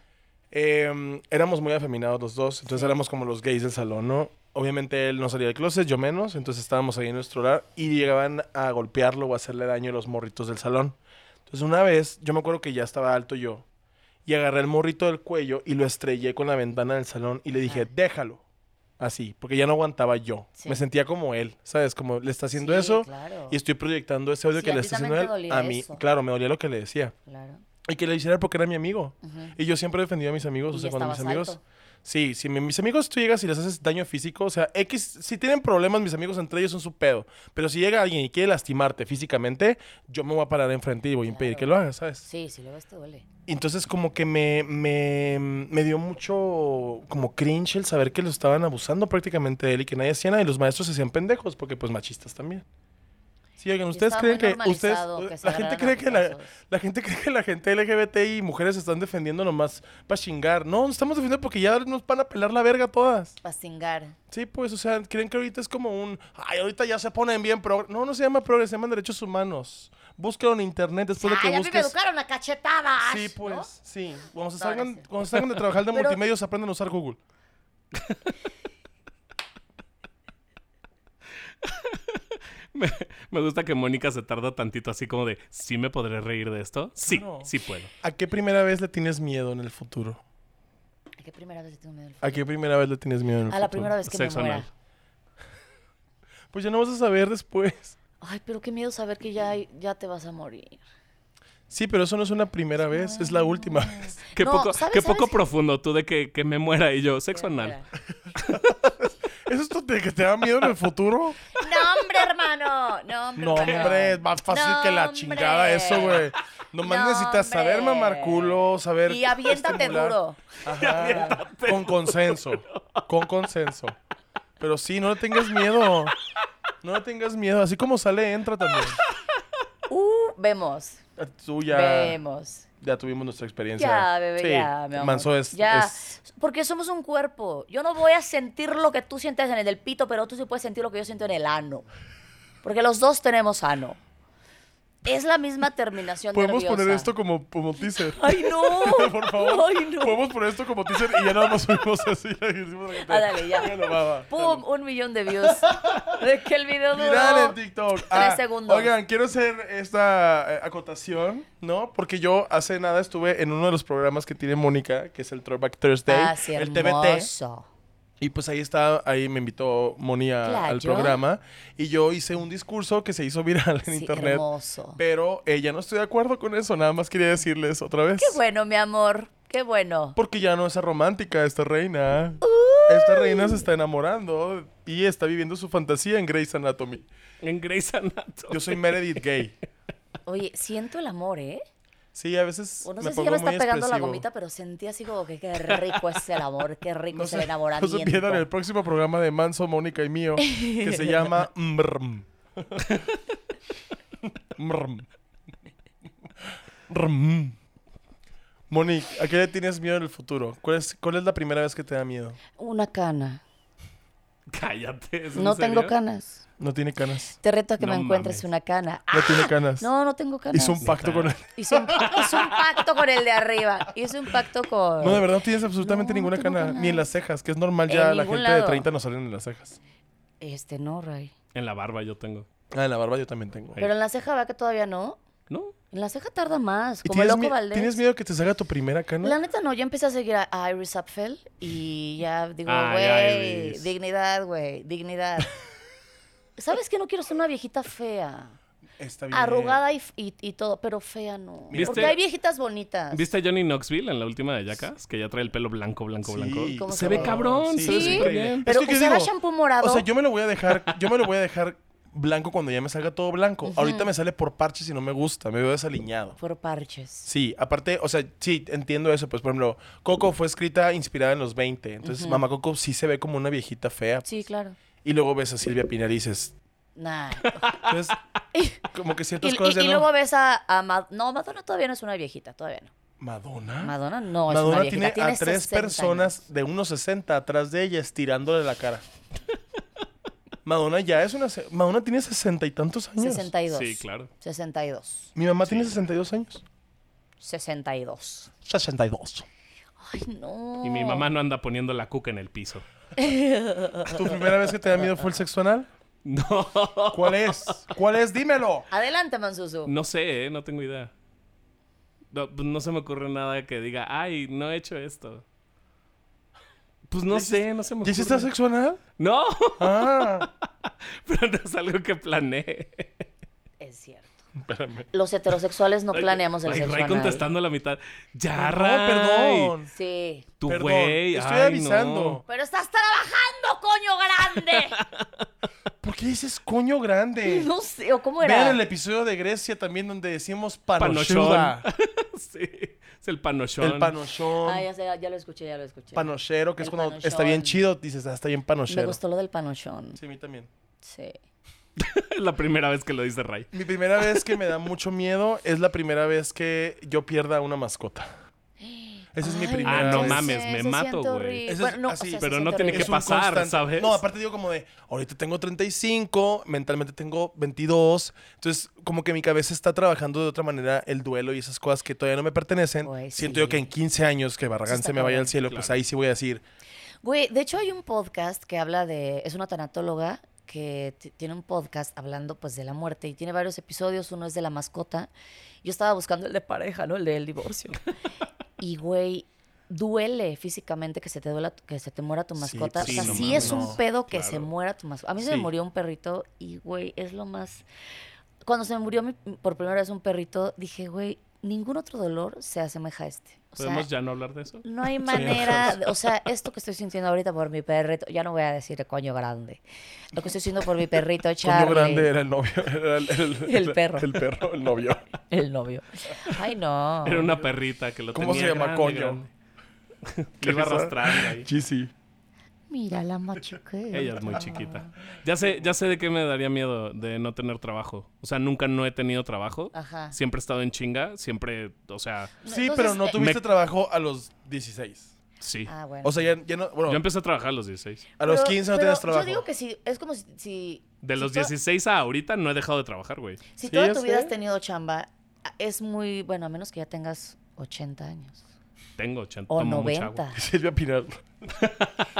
Eh, éramos muy afeminados los dos, entonces éramos como los gays del salón, ¿no? Obviamente él no salía del closet, yo menos, entonces estábamos ahí en nuestro hogar y llegaban a golpearlo o a hacerle daño a los morritos del salón. Entonces una vez, yo me acuerdo que ya estaba alto yo, y agarré el morrito del cuello y lo estrellé con la ventana del salón y le dije, déjalo. Así, porque ya no aguantaba yo.
Sí.
Me sentía como él, ¿sabes? Como le está haciendo
Sí,
eso
claro.
y estoy proyectando ese odio
Sí,
que
a
le
ti
está
también
haciendo
te
él
dolía
a mí.
eso.
Claro, me dolía lo que le decía.
Claro.
Y que le hiciera porque era mi amigo. Y yo siempre he defendido a mis amigos.
Y
o sea,
ya
cuando mis
estabas
amigos.
alto.
Sí, si mi- mis amigos tú llegas y les haces daño físico, o sea, X, si tienen problemas mis amigos entre ellos son su pedo. Pero si llega alguien y quiere lastimarte físicamente, yo me voy a parar enfrente y voy a impedir
Claro.
que lo hagas, ¿sabes?
Sí, si lo ves te duele.
Y Entonces como que me, me, me dio mucho como cringe el saber que lo estaban abusando prácticamente de él y que nadie hacía nada y los maestros se hacían pendejos porque pues machistas también. Sí, oigan,
Y
ustedes
estaba
creen
muy
que ustedes
normalizado que se
la gente cree
agarraran a
que la,
putazos.
la gente cree que la gente LGBT y mujeres se están defendiendo nomás para chingar. No, nos estamos defendiendo porque ya nos van a pelar la verga todas.
Pastingar.
Sí, pues, o sea, creen que ahorita es como un. Ay, ahorita ya se ponen bien progres. No, no se llama progres, se llaman derechos humanos. Búscalo en internet después de
Ay,
que
Ah, a mí me
busques.
educaron a cachetadas.
Sí,
Ah, ¿no?
pues, sí. Cuando se,
Ahora
salgan,
sí.
cuando se salgan de trabajar de
Pero-
multimedios, aprendan a usar Google.
Me, me gusta que Mónica se tarda tantito así como de, ¿sí me podré reír de esto? Sí,
Claro.
sí puedo.
¿A qué primera vez le tienes miedo en el futuro?
¿A qué primera vez le tengo miedo al
¿A qué primera vez le tienes miedo en el
A
futuro?
la primera vez que me
Sexo
muera.
anal.
Pues ya no vas a saber después.
Ay, pero qué miedo saber que ya, ya te vas a morir.
Sí, pero eso no es una primera vez, es la última vez.
Qué
No,
poco,
¿sabes-
qué
sabes
poco
qué?
profundo tú de que, que me muera y yo, sexo anal.
Mira.
¿Eso es de que te da miedo en el futuro?
No, hombre, hermano. No, hombre.
No,
hermano.
hombre, es más fácil que la
No,
chingada
hombre.
eso, güey. Nomás
No,
necesitas saber
hombre.
mamar culo, saber.
Y aviéntate
estimular.
duro.
Ajá, Con consenso. Con consenso. Pero sí, no le tengas miedo. No le tengas miedo. Así como sale, entra también.
Uh, vemos.
Tú ya,
Vemos.
ya tuvimos nuestra experiencia.
Ya, bebé, ya, mi amor.
Manso es.
Ya.
es-
Porque somos un cuerpo. Yo no voy a sentir lo que tú sientes en el del pito, pero tú sí puedes sentir lo que yo siento en el ano. Porque los dos tenemos ano. Es la misma terminación
Podemos
nerviosa.
poner esto como, como teaser.
¡Ay, no!
Por favor.
¡Ay, no!
Podemos poner esto como teaser y ya nada más subimos así. la que hicimos la gente.
Ah, dale, ya.
Bueno, va, va.
¡Pum! Un millón de views. De que el video duró.
Viral en TikTok. Ah,
segundos.
Oigan, quiero hacer esta eh, acotación, ¿no? Porque yo hace nada estuve en uno de los programas que tiene Mónica, que es el Throwback Thursday,
Ah, sí,
el TBT.
hermoso.
Y pues ahí está, ahí me invitó Moni a-
Claro.
al programa. Y yo hice un discurso que se hizo viral en
Sí,
internet.
hermoso.
Pero eh, ya no estoy de acuerdo con eso, nada más quería decirles otra vez.
Qué bueno, mi amor. Qué bueno.
Porque ya no es romántica esta reina. Esta reina se está enamorando y está viviendo su fantasía en Grey's Anatomy.
En Grey's Anatomy.
Yo soy Meredith Gay.
Oye, siento el amor, ¿eh?
Sí, a veces
O no
me
sé si
pongo
ya me
muy
está pegando la
expresivo.
gomita, pero sentí así como que qué rico es el amor, qué rico
No
es
se,
el
no se
enamoramiento.
pierdan el próximo programa de Manso, Mónica y mío, que se llama Mrm. Mrm. Mrm. Monique, ¿a qué le tienes miedo en el futuro? ¿Cuál es, ¿Cuál es la primera vez que te da miedo?
Una cana.
Cállate. ¿es en
No tengo
serio?
canas.
No tiene canas.
Te reto a que
No
me encuentres
mames.
una cana.
No
¡Ah!
tiene canas.
No, no tengo canas.
Hizo un pacto con él.
Hice un, hice un pacto con el de arriba. Hice un pacto con.
No, de verdad no tienes absolutamente
No, no
ninguna
tengo
cana,
canas.
ni en las cejas, que es normal
En
ya, la
ningún
gente de
lado.
30 no salen en las cejas.
Este no, Ray.
En la barba yo tengo.
Ah, en la barba yo también tengo.
Pero en la ceja va que todavía no.
¿No?
En la ceja tarda más.
¿Y
Como
tienes,
el loco
mie-
Valdés.
¿Tienes miedo que te salga tu primera cana?
La neta no, yo empecé a seguir a, a Iris Apfel y ya digo,
Ah,
Ay,
güey,
Iris.
dignidad, güey, dignidad. ¿Sabes que no quiero ser una viejita fea?
Está bien.
Arrugada y, f- y- y todo, pero fea no.
¿Viste?
Porque hay viejitas bonitas.
¿Viste a Johnny Knoxville en la última de Jackass? Que ya trae el pelo blanco, blanco,
Sí.
blanco.
¿Cómo
Se
se
ve
ve?
cabrón,
Sí,
se ve
es
súper
increíble.
bien.
Es
Pero
que yo
usará
digo,
shampoo morado.
O sea, yo me lo voy a dejar, yo me lo voy a dejar blanco cuando ya me salga todo blanco. Ahorita me sale por parches y no me gusta, me veo desaliñado.
Por parches.
Sí, aparte, o sea, sí, entiendo eso. Pues, por ejemplo, Coco fue escrita inspirada en los 20. Entonces, Mamá Coco sí se ve como una viejita fea.
Sí, claro.
Y luego ves a Silvia Pinar y dices,
Nah.
entonces, como que
y,
ciertas
y-
cosas ya
y
no-
luego ves a, a Mad- No, Madonna todavía no es una viejita, todavía no.
¿Madonna?
Madonna no es
¿Ah? Madonna
una
tiene,
viejita.
a tres
60
personas de unos 60 atrás de ella estirándole la cara. Madonna ya es una... se- Madonna tiene sesenta y tantos
años.
años.
62.
Sí, claro.
62.
Mi mamá tiene 62 años.
62.
62.
Ay, no.
Y mi mamá no anda poniendo la cuca en el piso.
¿Tu primera vez que te da miedo fue el sexo anal?
No,
¿Cuál es? ¿Cuál es? Dímelo.
Adelante,
Mm.
Mansusu.
no sé, ¿eh? no tengo idea. No, pues no se me ocurre nada que diga, ay, no he hecho esto. Pues no sé, no se me
¿Ya
ocurre.
hiciste sexo anal?
No,
Ah.
pero no es algo que planeé.
Es cierto. Los heterosexuales no planeamos el
Ay,
sexo
Ray
anal.
contestando la mitad.
No,
Ya, Ray.
perdón.
Sí.
Tu
Perdón,
güey.
te estoy
ay,
avisando.
no.
Pero estás trabajando, coño grande.
¿Por qué dices coño grande?
No sé, o cómo era.
Vean el episodio de Grecia también donde decimos
Panochón.
panochuda.
sí, es el panochón.
El panochón.
Ah, ya, sé, ya lo escuché, ya lo escuché.
Panochero, que es
El
cuando
panochón.
está bien chido, dices, ah, está bien
Me
panochero.
gustó lo del panochón.
Sí, a mí también.
Sí.
Es la primera vez que lo dice Ray.
Mi primera vez que me da mucho miedo es la primera vez que yo pierda una mascota. Esa es mi
Ay,
primera
Ah, no
vez.
mames, me
se
mato,
siente
güey.
horrible.
Eso es
Bueno, no, o
así,
sea, se
pero no
siente
tiene
horrible.
que pasar, ¿sabes?
No, aparte digo como de, ahorita tengo 35, mentalmente tengo 22. Entonces, como que mi cabeza está trabajando de otra manera el duelo y esas cosas que todavía no me pertenecen.
Pues
Siento
sí.
yo que en 15 años que Barragán
Eso
se
está
me vaya al
cabrón.
cielo, pues ahí sí voy a decir,
Güey, de hecho hay un podcast que habla de... Es una tanatóloga que t- tiene un podcast hablando pues de la muerte y tiene varios episodios. Uno es de la mascota. Yo estaba buscando el de pareja, ¿no? El del divorcio. y, güey, duele físicamente que se te duela, que se te muera tu
Sí,
mascota.
sí,
o sea,
no
sí
mames.
es un
No,
pedo que se
claro.
muera tu mascota. A mí se me
Sí.
murió un perrito y, güey, es lo más... Cuando se me murió mi- por primera vez un perrito, dije, güey, ningún otro dolor se asemeja a este. O sea,
¿Podemos ya no hablar de eso?
no hay manera, de- o sea, esto que estoy sintiendo ahorita por mi perrito, ya no voy a decir coño grande. Lo que estoy sintiendo por mi perrito Charlie,
coño grande era el novio. Era el, el-
El perro.
El perro, el novio.
el novio. Ay no.
Era una perrita que lo
¿Cómo
tenía
se llama,
grande,
coño?
grande. Lo iba
risa.
arrastrando ahí.
Chisi.
Mira la machuqué.
Ella es muy chiquita. Ya sé, ya sé de qué me daría miedo de no tener trabajo. O sea, nunca no he tenido trabajo.
Ajá.
Siempre he estado en chinga. Siempre, o sea,
Sí,
Entonces,
pero no
eh,
tuviste
Me-
trabajo a los 16.
sí.
Ah, bueno.
O sea, ya, ya no. Bueno,
Yo empecé a trabajar a los 16.
a los
Pero-
15 no
pero
tenías trabajo.
Yo digo que si es como si si,
De
si
los
to-
16 a ahorita no he dejado de trabajar, güey.
si
Sí,
toda
ya
tu vida
sé.
has tenido chamba, a- es muy bueno, a menos que ya tengas 80 años
Tengo 80.
o
tomo mucha
90.
agua.
Silvia Pinal.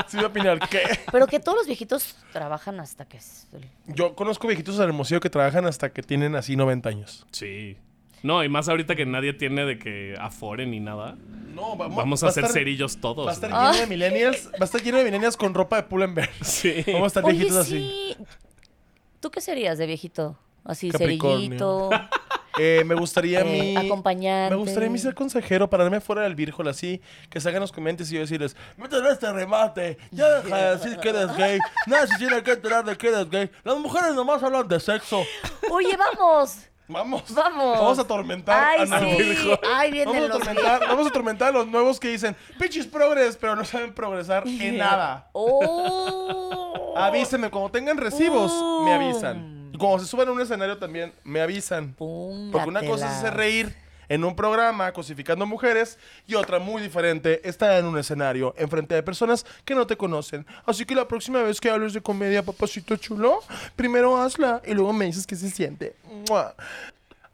Silvia Pinal, ¿qué?
Pero que todos los viejitos trabajan hasta que es el-
Yo conozco viejitos en Hermosillo que trabajan hasta que tienen así 90 años.
Sí. No, y más ahorita que nadie tiene de que afore ni nada.
No,
Vamos a hacer cerillos todos.
Va a estar
güey.
Ah.
lleno de millennials. Va a estar lleno de millennials con ropa de Pull&Bear.
Sí.
Vamos a estar
Oye,
viejitos así.
sí. ¿Tú qué serías de viejito? Así,
Capricornio.
cerillito,
Eh, me gustaría a mí.
eh, acompañante.
Me gustaría a mí ser consejero, pararme fuera del vírgol así, que salgan los comentarios y yo decirles, métele este remate, ya deja de decir que eres gay, nadie se tiene que enterar de que eres gay, las mujeres nomás hablan de sexo.
Oye, vamos.
Vamos,
Vamos.
vamos a atormentar
Ay,
a nuestro
sí.
vírgol.
Ay, vienen
vamos a
los
atormentar, Vamos a atormentar a los nuevos que dicen, pinches progres, pero no saben progresar en nada.
Oh.
Avísenme, cuando tengan recibos, me avisan.
Pum.
Y Cuando se suban a un escenario también, me avisan. Porque una cosa es
Póngatela.
hacer reír en un programa cosificando mujeres y otra muy diferente estar en un escenario enfrente de personas que no te conocen. Así que la próxima vez que hables de comedia, papacito chulo, primero hazla y luego me dices qué se siente. ¡Mua!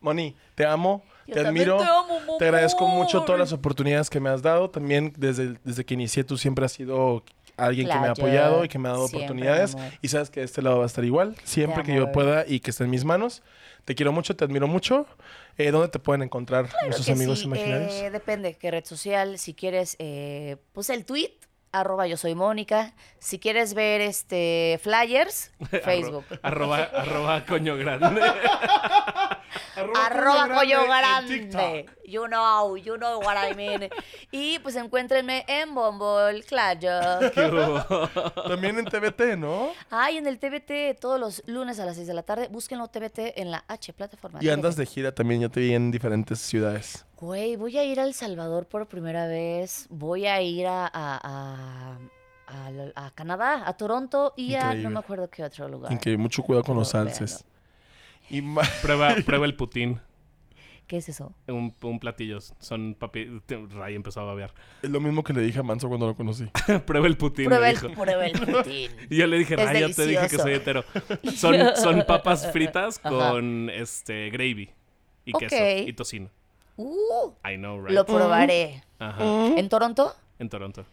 Moni, te amo.
Yo
te
también
admiro,
te amo, mi
te agradezco
amor.
mucho todas las oportunidades que me has dado. También desde, desde que inicié tú siempre has sido alguien que me ha
Playa,
apoyado y que me ha dado
siempre,
oportunidades.
mi amor.
Y sabes que de este lado va a estar igual, siempre
Te
que
amo,
yo
bebé.
pueda y que esté en mis manos. Te quiero mucho, te admiro mucho. Eh, ¿Dónde te pueden encontrar nuestros
que
amigos
sí,
imaginarios?
eh, depende, qué red social. Si quieres, eh, pues el tweet, arroba yo soy Mónica. Si quieres ver este flyers, Facebook.
Arroba, arroba coño grande.
Arroba Pollo
en
Grande.
TikTok.
You know, you know what I mean. y pues encuéntrenme en Bumble, claro.
¿Qué hubo?
También en TBT, ¿no?
Ay, en el TBT todos los lunes a las 6 de la tarde. Búsquenlo TBT en la H plataforma.
Y andas
TBT.
de gira también, ya te vi en diferentes ciudades.
Güey, voy a ir a El Salvador por primera vez. Voy a ir a, a, a- a- a Canadá, a Toronto y a no
Increíble.
me acuerdo qué otro lugar.
Increíble, mucho cuidado con los
Pero,
salses. Y ma-
Prueba, prueba el putín.
¿Qué es eso?
Un, un platillo. Son papi. te- Ray empezó a babear.
es lo mismo que le dije a Manso cuando lo conocí.
Mm.
prueba el putín.
Prueba
me
el,
dijo.
prueba el Putin.
Y yo le dije,
Es
Ray, ya te dije que
delicioso".
soy hetero. Son, son papas fritas
Ajá.
con este gravy. Y
Ok.
queso. Y tocino.
Uh,
I know, right?
lo Mm. probaré.
Ajá.
Mm.
¿En Toronto?
En Toronto.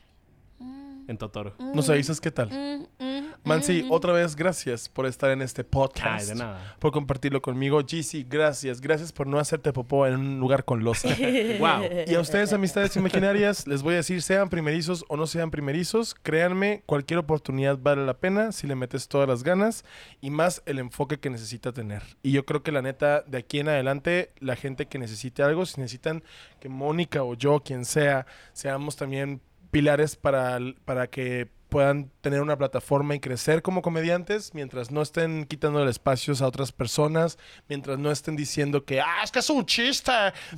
En Totoro.
Nos avisas qué tal.
Mm, mm.
Mansi, otra vez gracias por estar en este podcast.
Ay, de nada.
Por compartirlo conmigo. Gizzy, gracias. Gracias por no hacerte popó en un lugar con losa.
Wow.
Y a ustedes, amistades imaginarias, les voy a decir, sean primerizos o no sean primerizos, créanme, cualquier oportunidad vale la pena si le metes todas las ganas y más el enfoque que necesita tener. Y yo creo que la neta, de aquí en adelante, la gente que necesite algo, si necesitan que Mónica o yo, quien sea, seamos también pilares para, para que puedan tener una plataforma y crecer como comediantes mientras no estén quitando espacios a otras personas, mientras no estén diciendo que, ah, es que es un chiste,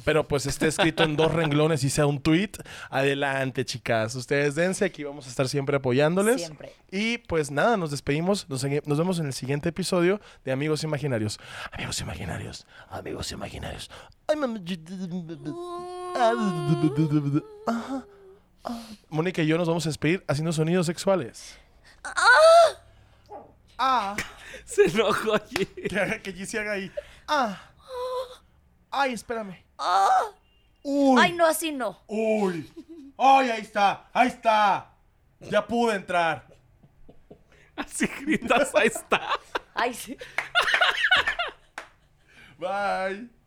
pero pues esté escrito en dos renglones y sea un tweet. Adelante, chicas, ustedes dense, aquí vamos a estar siempre apoyándoles.
Siempre.
Y pues nada, nos despedimos, nos, segui- nos vemos en el siguiente episodio de Amigos Imaginarios. Amigos Imaginarios, amigos imaginarios. Ay, mamá, yo- Ajá. Ah. Mónica y yo nos vamos a despedir haciendo sonidos sexuales.
Se enojó allí.
Que haga que Gizzy haga ahí. Ah. Ay, espérame. Uy.
Ay, no, así no.
Uy. Ay, ahí está. Ahí está. Ya pude entrar.
Así gritas, ahí está.
Ay, sí.
Bye.